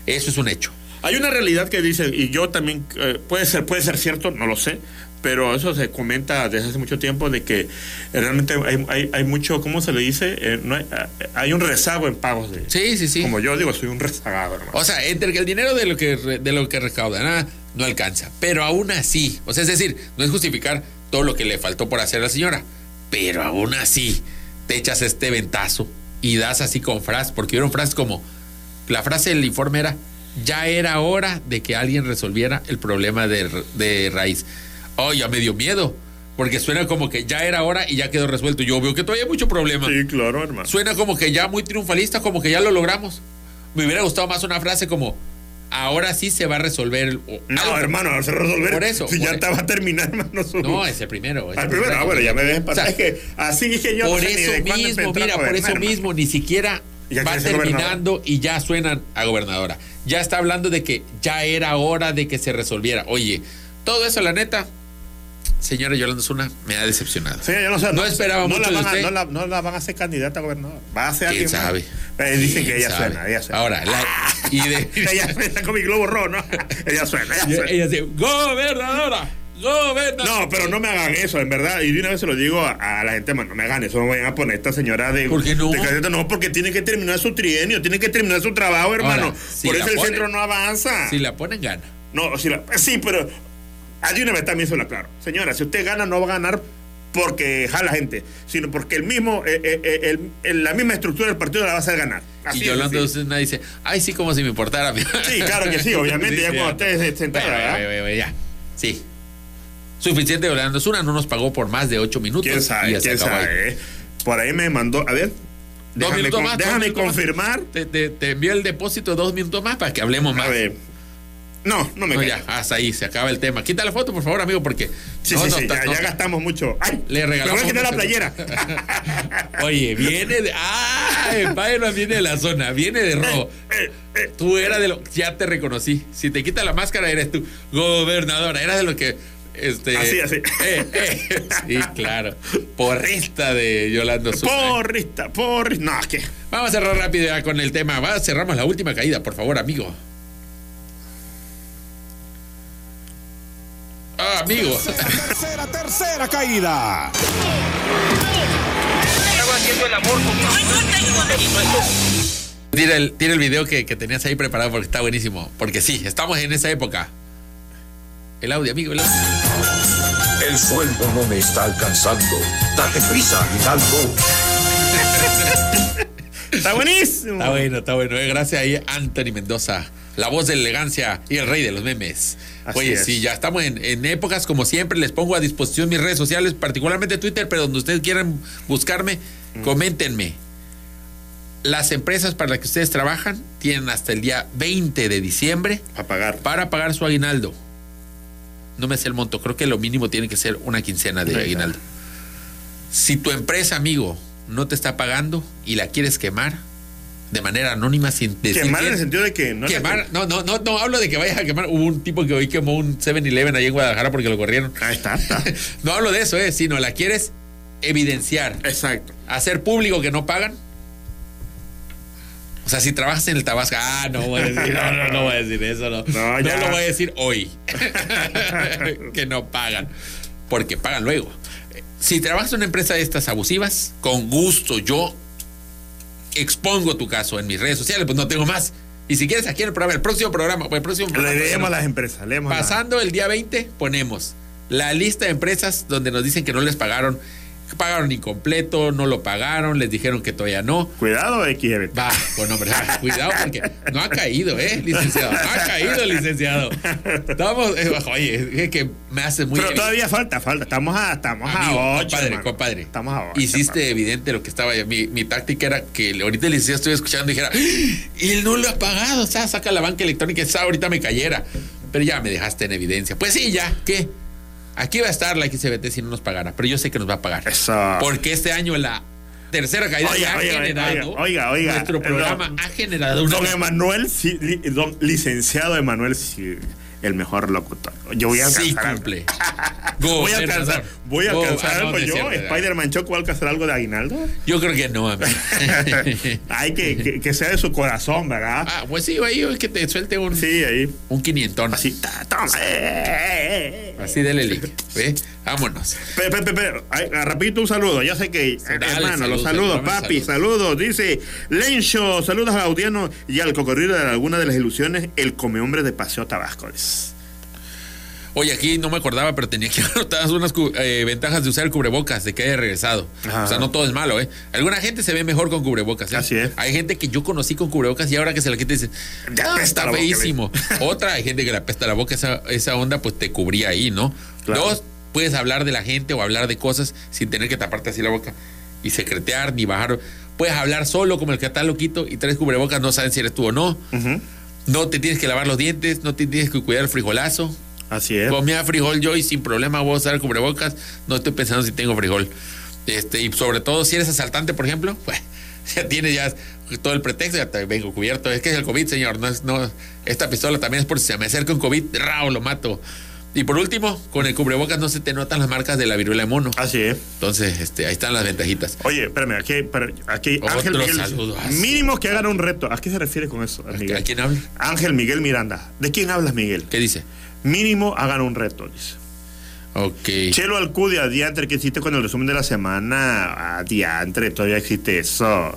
S3: Eso es un hecho.
S4: Hay una realidad que dice, y yo también, eh, puede ser, puede ser cierto, no lo sé, pero eso se comenta desde hace mucho tiempo de que eh, realmente hay, hay- hay mucho, ¿cómo se le dice? Eh, no hay, hay un rezago en pagos de...
S3: Sí, sí, sí.
S4: Como yo digo, soy un rezagado, hermano.
S3: O sea, entre que el dinero de lo que, re- de lo que recaudan ah, no alcanza. Pero aún así, o sea, es decir, no es justificar todo lo que le faltó por hacer a la señora. Pero aún así, te echas este ventazo y das así con frases, porque vieron frases como, la frase del informe era, ya era hora de que alguien resolviera el problema de, r- de raíz. Oh, ya me dio miedo, porque suena como que ya era hora y ya quedó resuelto. Yo veo que todavía hay mucho problema.
S4: Sí, claro, hermano.
S3: Suena como que ya muy triunfalista, como que ya lo logramos. Me hubiera gustado más una frase como, ahora sí se va a resolver. el- o
S4: No,
S3: algo.
S4: hermano, no se resolver.
S3: Por eso,
S4: Si
S3: por
S4: ya
S3: eso.
S4: estaba a terminar, hermano. su-
S3: No, es el primero. es
S4: Al
S3: el
S4: primero, ah, bueno, ya me dejes pasar.
S3: O sea,
S4: es que así es que yo no
S3: por
S4: sé ni de
S3: eso
S4: cuándo
S3: mismo,
S4: empezar a
S3: mira, por
S4: gobernar,
S3: eso
S4: hermano.
S3: mismo, ni siquiera
S4: Ya
S3: va
S4: quiere ser gobernador.
S3: terminando y ya suenan a gobernadora. Ya está hablando de que ya era hora de que se resolviera. Oye, todo eso, la neta, señora Yolanda Zuna, me ha decepcionado.
S4: Sí, yo no sé.
S3: No esperaba
S4: no
S3: mucho
S4: la
S3: de
S4: van a-
S3: usted.
S4: no, la, no la van a hacer candidata a gobernador. Va a ser
S3: ¿Quién
S4: alguien. más.
S3: sabe?
S4: Eh, dicen que
S3: ¿Quién
S4: ella
S3: sabe?
S4: suena, ella suena.
S3: Ahora, la- y de-
S4: ella suena con mi globo rojo, ¿no? Ella suena, ella
S3: Y
S4: suena.
S3: ella dice, gobernadora, gobernadora.
S4: No, pero no me hagan eso, en verdad. Y de una vez se lo digo a, a la gente, man, no me hagan eso, no vayan a poner a esta señora de...
S3: ¿Por qué no?
S4: de candidata, no, porque tiene que terminar su trienio, tiene que terminar su trabajo, hermano.
S3: si
S4: Por
S3: la
S4: eso el
S3: ponen-
S4: centro no avanza.
S3: Si la ponen, gana.
S4: No, si la- sí, pero ah, de una vez también se lo aclaro. Señora, si usted gana, no va a ganar porque jala gente, sino porque el mismo, eh, eh, eh, el- el- la misma estructura del partido la va a hacer ganar. Así
S3: y
S4: de
S3: Yolanda
S4: sencillo.
S3: Zuna dice, ay, sí, como si me importara.
S4: Sí, claro que sí, obviamente, ya cuando ustedes ¿eh? se sentaron,
S3: Ve, ve,
S4: ¿verdad?
S3: ve, ve, ve, ya. Sí. Suficiente Yolanda Zuna, no nos pagó por más de ocho minutos.
S4: ¿Quién
S3: y
S4: sabe?
S3: ya se
S4: ¿Quién
S3: acabó ahí.
S4: sabe? eh? Por ahí me mandó, a ver,
S3: Dos
S4: déjame,
S3: minutos
S4: con-
S3: más. dos
S4: déjame
S3: minutos más.
S4: confirmar.
S3: Te, te, te envío el depósito dos minutos más para que hablemos más.
S4: A ver. No, no me
S3: No,
S4: callo.
S3: ya, hasta ahí, se acaba el tema. Quita la foto, por favor, amigo, porque
S4: Sí,
S3: no,
S4: sí,
S3: no,
S4: sí, ya,
S3: no,
S4: ya gastamos mucho. ¡Ay!
S3: Le regalamos
S4: Me voy a quitar la
S3: mucho.
S4: playera.
S3: Oye, viene de. ¡Ah! Spider-Man viene de la zona, viene
S4: Eh,
S3: de robo. Tú eras de lo. Ya te reconocí. Si te quita la máscara, eres tú. Gobernadora, eras de lo que. Este,
S4: Así, así.
S3: Eh, eh, sí, claro. Porrista de Yolando Zuna.
S4: Porrista, porrista. No, es que.
S3: Vamos a cerrar rápido ya con el tema. Va, cerramos la última caída, por favor, amigo. Ah, amigo.
S2: Tercera, tercera caída.
S3: Tira el, tira el video que, que tenías ahí preparado porque está buenísimo. Porque sí, estamos en esa época. El audio, amigo. El audio.
S7: El sueldo no me está alcanzando. Date prisa, Hidalgo.
S4: Está buenísimo.
S3: Está bueno, está bueno. eh. Gracias ahí, Anthony Mendoza. La voz de la elegancia y el rey de los memes.
S4: Así
S3: Oye,
S4: es.
S3: sí, ya estamos en, en épocas como siempre. Les pongo a disposición mis redes sociales, particularmente Twitter, pero donde ustedes quieran buscarme,
S4: Mm.
S3: coméntenme. Las empresas para las que ustedes trabajan tienen hasta el día 20 de diciembre
S4: A pagar.
S3: para pagar su aguinaldo. No me sé el monto, creo que lo mínimo tiene que ser una quincena de
S4: Venga.
S3: aguinaldo. Si tu empresa, amigo, no te está pagando y la quieres quemar de manera anónima sin decir
S4: Quemar en
S3: quién,
S4: el sentido de que no.
S3: quemar, no, no, no, no hablo de que vayas a quemar. Hubo un tipo que hoy quemó un 7-Eleven ahí en Guadalajara porque lo corrieron.
S4: Ahí está, está.
S3: No hablo de eso, eh, sino la quieres evidenciar,
S4: Exacto.
S3: hacer público que no pagan. O sea, si trabajas en el Tabasco, ah, no voy a decir, no, no, no voy a decir eso, no. No,
S4: No, ya.
S3: lo voy a decir hoy. que no pagan, porque pagan luego. Si trabajas en una empresa de estas abusivas, con gusto yo expongo tu caso en mis redes sociales, pues no tengo más. Y si quieres aquí en el programa, el próximo programa, pues el próximo programa,
S4: Le leemos a las empresas, leemos a las-
S3: Pasando el día 20, ponemos la lista de empresas donde nos dicen que no les pagaron, que pagaron incompleto, no lo pagaron, les dijeron que todavía no.
S4: Cuidado, XB.
S3: Va, con nombre. va, Cuidado porque no ha caído, ¿eh, licenciado? No ha caído, licenciado. Estamos, eh, oye, es que me hace muy...
S4: Pero todavía falta, falta. Estamos a, estamos
S3: Amigo,
S4: a ocho,
S3: compadre,
S4: Ah, hermano.
S3: compadre.
S4: Estamos a ocho,
S3: Hiciste evidente lo que estaba ahí. Mi, mi táctica era que le- ahorita el licenciado estoy escuchando y dijera, "¡Ah! y él no lo ha pagado. O sea, saca la banca electrónica, esa ahorita me cayera. Pero ya me dejaste en evidencia. Pues sí, ya, ¿qué? Aquí va a estar la XBT si no nos pagara, pero yo sé que nos va a pagar.
S4: Eso.
S3: Porque este año la tercera caída
S4: Oiga,
S3: ya ha
S4: oiga, oiga,
S3: generado.
S4: oiga, oiga.
S3: Nuestro
S4: Eh,
S3: programa
S4: no.
S3: ha generado una.
S4: Don Emanuel, Ci- li- don licenciado Emanuel, Ci- el mejor locutor. Yo voy a
S3: Sí
S4: alcanzar. algo.
S3: cumple. Go,
S4: voy a
S3: César.
S4: alcanzar, voy a
S3: Go.
S4: alcanzar
S3: Ah, no,
S4: algo
S3: no es
S4: yo.
S3: cierto, ya.
S4: Spider-Man Choco va a alcanzar algo de Aguinaldo.
S3: Yo creo que no, amigo.
S4: Hay que, que, que sea de su corazón, ¿verdad?
S3: ah, pues sí, ahí es que te suelte un,
S4: Sí, ahí.
S3: un quinientón.
S4: Así, ta, toma. Eh, eh, eh.
S3: Así dele link. ¿Ve? Vámonos.
S4: Pero, pero, pero, pero, ay, ah, rapidito un saludo. Ya sé que,
S3: Dale,
S4: hermano,
S3: saludos,
S4: los saludos,
S3: hermano,
S4: papi, saludos. Dice Lencho, saludos a Gaudiano y al cocorrido de alguna de las ilusiones, el comehombre de Paseo Tabasco. dice.
S3: Oye, aquí no me acordaba, pero tenía que anotar unas cu- eh, ventajas de usar el cubrebocas, de que haya regresado.
S4: Ajá.
S3: O sea, no todo es malo, ¿eh? Alguna gente se ve mejor con cubrebocas. ¿eh?
S4: Así es.
S3: Hay gente que yo conocí con cubrebocas y ahora que se la quita dice,
S4: Te
S3: "Ah,
S4: apesta
S3: está
S4: la boca,
S3: feísimo. Otra, hay gente que le apesta la boca, esa, esa onda pues te cubría ahí, ¿no?
S4: Claro.
S3: Dos, puedes hablar de la gente o hablar de cosas sin tener que taparte así la boca y secretear ni bajar. Puedes hablar solo como el que está loquito y tres cubrebocas, no saben si eres tú o no.
S4: Ujú,
S3: No te tienes que lavar los dientes, no te tienes que cuidar el frijolazo.
S4: Así es.
S3: Comía frijol yo y sin problema voy a usar cubrebocas. No estoy pensando si tengo frijol. Este, y sobre todo si eres asaltante, por ejemplo, pues ya tienes ya todo el pretexto, ya te vengo cubierto. Es que es el COVID, señor. No es, no, esta pistola también es por si se me acerca un COVID, rao, lo mato. Y por último, con el cubrebocas no se te notan las marcas de la viruela de mono.
S4: Así es.
S3: Entonces, este, ahí están las ventajitas.
S4: Oye, espérame, aquí, para- aquí
S3: Otro
S4: Ángel Miguel. dice,
S3: saludazo.
S4: Mínimo que hagan un reto. ¿A qué se refiere con eso, Miguel?
S3: ¿A quién habla?
S4: Ángel Miguel Miranda. ¿De quién hablas, Miguel?
S3: ¿Qué dice?
S4: Mínimo hagan un reto, dice.
S3: Ok.
S4: Chelo Alcudia, diantre, ¿qué hiciste con el resumen de la semana? Ah, diantre, todavía existe eso.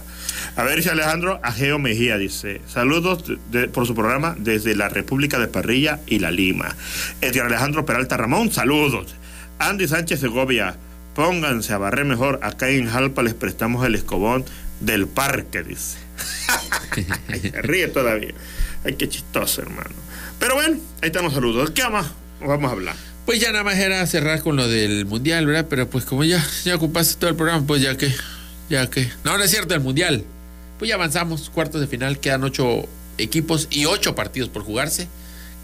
S4: A ver, dice Alejandro Ajeo Mejía, dice, saludos de- por su programa desde la República de Parrilla y La Lima. Edgar Alejandro Peralta Ramón, saludos. Andy Sánchez Segovia, pónganse a barrer mejor, acá en Jalpa les prestamos el escobón del parque, dice. Ay, se ríe todavía. Ay, qué chistoso, hermano. Pero bueno, ahí están los saludos. ¿Qué más vamos a hablar?
S3: Pues ya nada más era cerrar con lo del mundial, ¿verdad? Pero pues como ya, ya ocupaste todo el programa, pues ya que, ya que. No, no es cierto, el mundial. Pues ya avanzamos, cuartos de final, quedan ocho equipos y ocho partidos por jugarse.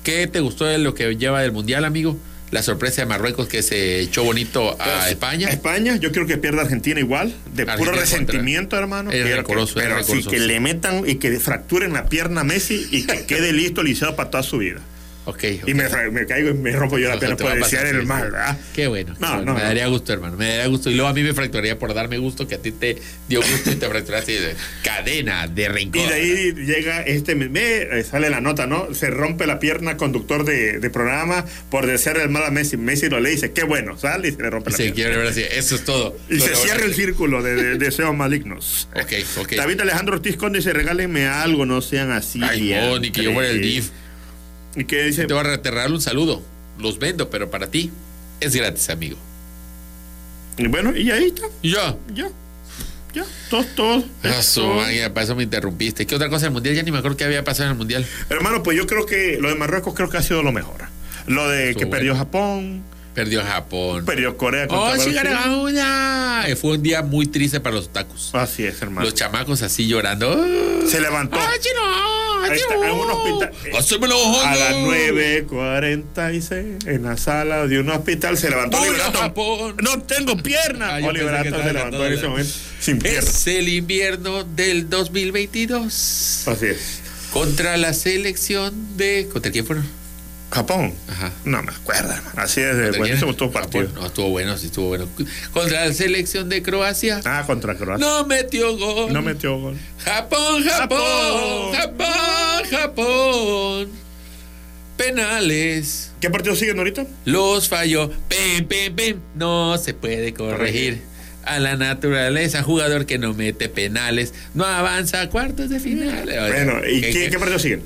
S3: ¿Qué te gustó de lo que lleva del mundial, amigo? La sorpresa de Marruecos que se echó bonito a España.
S4: España, yo creo que pierda Argentina igual, de puro
S3: Argentina
S4: resentimiento, hermano.
S3: Es
S4: Quiero
S3: rencoroso,
S4: que-
S3: es
S4: pero sí,
S3: rencoroso,
S4: que
S3: sí.
S4: le metan y que fracturen la pierna a Messi y que quede listo, lisiado para toda su vida.
S3: Ok. ok.
S4: Y me, fra- me caigo y me rompo yo la
S3: O sea,
S4: pierna
S3: te
S4: por
S3: va a
S4: decir
S3: pasar,
S4: el
S3: sí,
S4: mal,
S3: sí.
S4: ¿verdad?
S3: Qué bueno. qué
S4: No,
S3: bueno.
S4: no,
S3: me
S4: no.
S3: daría gusto, hermano. Me daría gusto. Y luego a mí me fracturaría por darme gusto, que a ti te dio gusto y te fracturaste. de- Cadena de rencor.
S4: Y de ahí llega este, me- eh, sale la nota, ¿no? Se rompe la pierna conductor de, de programa por desear el mal a Messi. Messi lo lee y dice, qué bueno, sale y se le rompe
S3: Y
S4: la
S3: se
S4: pierna.
S3: quiere ver así. Eso es todo.
S4: Y se
S3: Solo-
S4: cierra el círculo de, de- deseos malignos.
S3: Ok, ok.
S4: David Alejandro Ortiz Conde dice, regálenme algo, no sean así.
S3: Ay, no, ni que yo fuera el DIF.
S4: ¿Y qué dice?
S3: Te voy a reterrar un saludo. Los vendo, pero para ti es gratis, amigo.
S4: Y bueno, y ahí está,
S3: Y yo.
S4: ya. Ya, todos, todos.
S3: Ah, su
S4: Todos.
S3: magia, para eso me interrumpiste. ¿Qué otra cosa del mundial? Ya ni me acuerdo qué había pasado en el mundial.
S4: Hermano, pues yo creo que lo de Marruecos creo que ha sido lo mejor. Lo de
S3: Estuvo
S4: que perdió
S3: bueno.
S4: Japón,
S3: Perdió Japón.
S4: perdió Corea
S3: ¡Oh,
S4: contra
S3: sí,
S4: Brasil.
S3: ganaba una! Eh, Fue un día muy triste para los otakus.
S4: Ah, Así es, hermano.
S3: Los chamacos así llorando.
S4: Se levantó.
S3: ¡Ah, chino!
S4: Ahí está, en un hospital. A las 9.46 en la sala de un hospital se levantó
S3: Voy a
S4: Oliverato.
S3: Japón.
S4: No tengo pierna.
S3: Ah, yo pensé que
S4: Oliverato
S3: estaba
S4: se levantó en
S3: cantando
S4: ese
S3: la-
S4: momento sin pierna.
S3: Es el invierno del 2022.
S4: Así es.
S3: Contra la selección de. ¿Contra quién fueron?
S4: Japón.
S3: Ajá.
S4: No me acuerdo, hermano. Así es, de
S3: ¿Contra quién?
S4: buenísimo todo partido.
S3: Japón. No, estuvo Ah, bueno, sí, estuvo bueno. Contra la selección de Croacia.
S4: Ah, contra Croacia.
S3: No metió gol.
S4: No, metió gol.
S3: Japón, Japón,
S4: Japón.
S3: Japón, Japón. Penales.
S4: ¿Qué partido siguen ahorita?
S3: Los falló. Pim, pim, pim. No se puede corregir. A la naturaleza, jugador que no mete penales, no avanza a cuartos de final. O sea,
S4: Bueno, ¿y
S3: que-
S4: qué,
S3: que-
S4: qué partido siguen?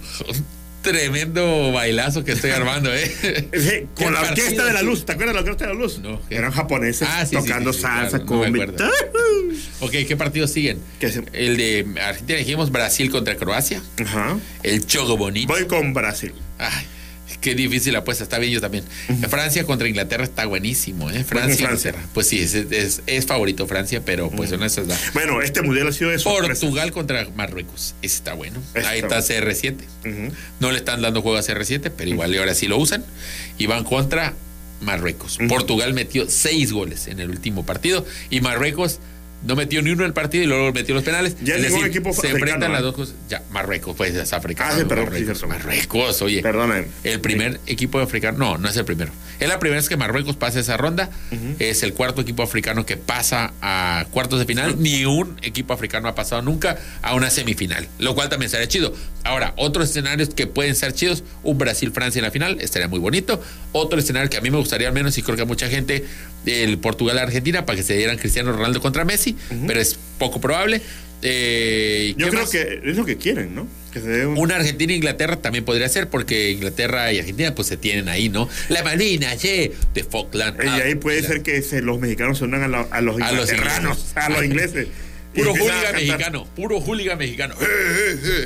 S3: Tremendo bailazo que estoy armando, ¿eh?
S4: Sí,
S3: ¿Qué
S4: con la Orquesta
S3: partido?
S4: de la Luz. ¿Te acuerdas de la Orquesta de la Luz?
S3: No.
S4: Eran japoneses
S3: Ah, sí, sí,
S4: tocando
S3: sí, sí,
S4: salsa,
S3: claro, no me
S4: cumbia.
S3: acuerdo. Ok, ¿qué partidos siguen?
S4: ¿Qué se-
S3: El de Argentina, dijimos Brasil contra Croacia.
S4: Ajá.
S3: El Choco Bonito.
S4: Voy con Brasil.
S3: Ay, qué difícil la apuesta, está bien yo también. Francia contra Inglaterra está buenísimo, ¿eh? Francia,
S4: Francia.
S3: Inglaterra. Pues sí, es, es- es favorito Francia, pero pues son esas dos.
S4: Bueno, este mundial ha sido de sorpresa.
S3: Portugal contra Marruecos, ese está bueno.
S4: Está
S3: Ahí está
S4: bueno.
S3: CR7.
S4: Ujú.
S3: No le están dando juego a CR7, pero igual y ahora sí lo usan. Y van contra Marruecos. Portugal metió seis goles en el último partido y Marruecos No metió ni uno en el partido y luego metió los penales.
S4: Ya
S3: es
S4: llegó un
S3: decir,
S4: equipo
S3: se
S4: africano,
S3: enfrentan
S4: ¿eh?
S3: las dos cosas. Ya, Marruecos, pues es África.
S4: Ah, sí, perdón, sí,
S3: Marruecos,
S4: cierto.
S3: Marruecos, oye.
S4: Perdónenme.
S3: El primer equipo africano, no, no es el primero. Es la primera vez que Marruecos pasa esa ronda. Es el cuarto equipo africano que pasa a cuartos de final. Ni un equipo africano ha pasado nunca a una semifinal, lo cual también sería chido. Ahora, otros escenarios que pueden ser chidos, un Brasil-Francia en la final, estaría muy bonito. Otro escenario que a mí me gustaría al menos, y creo que a mucha gente, el Portugal-Argentina, para que se dieran Cristiano Ronaldo contra Messi, pero es poco probable. Eh, ¿y
S4: Yo
S3: qué
S4: creo
S3: más?
S4: que es lo que quieren, ¿no? Que se dé un...
S3: Una Argentina e Inglaterra también podría ser, porque Inglaterra y Argentina pues se tienen ahí, ¿no? La Marina, ye, de Falkland.
S4: Y ahí
S3: Ah,
S4: puede
S3: la-
S4: ser que se- los mexicanos se unan a, la- a los
S3: A los
S4: ingleses.
S3: ingleses.
S4: a los ingleses. Y
S3: Puro
S4: empiezan a
S3: hooligan
S4: cantar- Eh,
S3: mexicano, puro hooligan mexicano.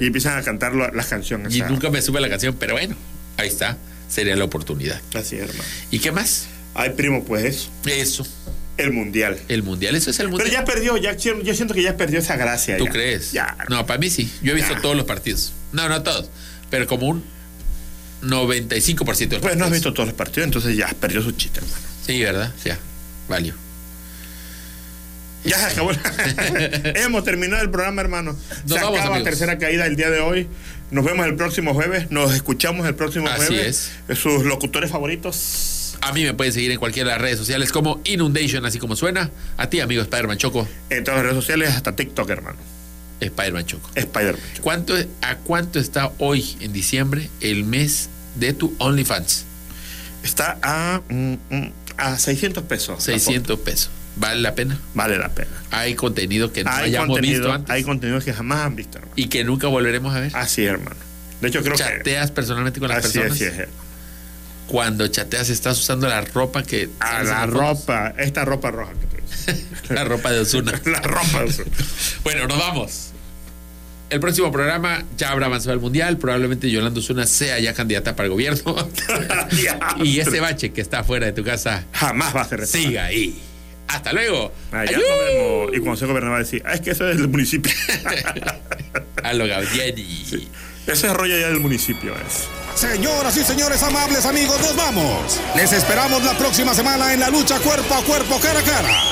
S4: Y empiezan a cantar lo- las canciones. ah.
S3: Y
S4: o sea,
S3: nunca me sube la canción, pero bueno, ahí está, sería la oportunidad.
S4: Así, hermano.
S3: ¿Y qué más?
S4: Ay, primo, pues eso.
S3: Eso,
S4: El mundial.
S3: el mundial, eso es el
S4: Pero
S3: mundial.
S4: ya perdió, ya, quiero- yo siento que ya perdió esa gracia.
S3: ¿Tú
S4: ya.
S3: crees?
S4: Ya.
S3: No, para mí sí. Yo he visto
S4: Ya.
S3: todos los partidos. No, no todos, pero como un 95% de los
S4: Pues no has
S3: partidos.
S4: visto todos los partidos, entonces ya perdió su chiste, hermano.
S3: Sí, ¿verdad? Ya, valió.
S4: Ya se acabó. Hemos terminado el programa, hermano.
S3: Nos
S4: se
S3: vamos,
S4: acaba
S3: amigos.
S4: tercera caída el día de hoy. Nos vemos el próximo jueves. Nos escuchamos el próximo
S3: Así
S4: jueves. Sus locutores favoritos.
S3: A mí me pueden seguir en cualquiera de las redes sociales como Inundation, así como suena. A ti, amigo Spider-Man Choco.
S4: En todas las redes sociales, hasta TikTok, hermano.
S3: Spider-Man Choco.
S4: Spider-Man.
S3: ¿Cuánto, ¿A cuánto está hoy, en diciembre, el mes de tu OnlyFans?
S4: Está a, mm, mm, a 600 pesos. la
S3: 600 pesos. ¿Vale la pena?
S4: foto. Vale la pena.
S3: Hay contenido que no
S4: Hay
S3: hayamos visto
S4: contenido,
S3: antes
S4: hay contenido que jamás han visto, hermano.
S3: y que nunca volveremos a ver.
S4: Así, hermano. De hecho, creo que.
S3: Chateas personalmente con las
S4: Así es,
S3: personas.
S4: así es, hermano.
S3: Cuando chateas estás usando la ropa que...
S4: A
S3: sales en
S4: Ah, la
S3: las fotos.
S4: ropa, esta ropa roja que tengo.
S3: La ropa de Osuna.
S4: La ropa. azul.
S3: Bueno, nos vamos. El próximo programa ya habrá avanzado el mundial. Probablemente Yolanda Osuna sea ya candidata para el gobierno. y ese bache que está fuera de tu casa
S4: Jamás va a ser Ah, reparado.
S3: siga ahí. Hasta luego.
S4: Allá
S3: Ayú.
S4: comemos. Y cuando se gobierna va a decir, ah, es que eso es del municipio.
S3: A lo Gaudieri.
S4: Ese es rollo ya del municipio. Es.
S2: Señoras y señores, amables amigos, nos vamos. Les esperamos la próxima semana en la lucha cuerpo a cuerpo, cara a cara.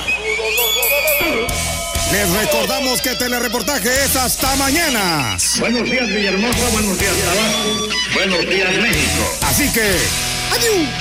S2: Les recordamos que telereportaje es hasta mañana.
S6: Buenos días, Villahermosa. Buenos días, Tabasco. Buenos días, México.
S2: Así que, adiós.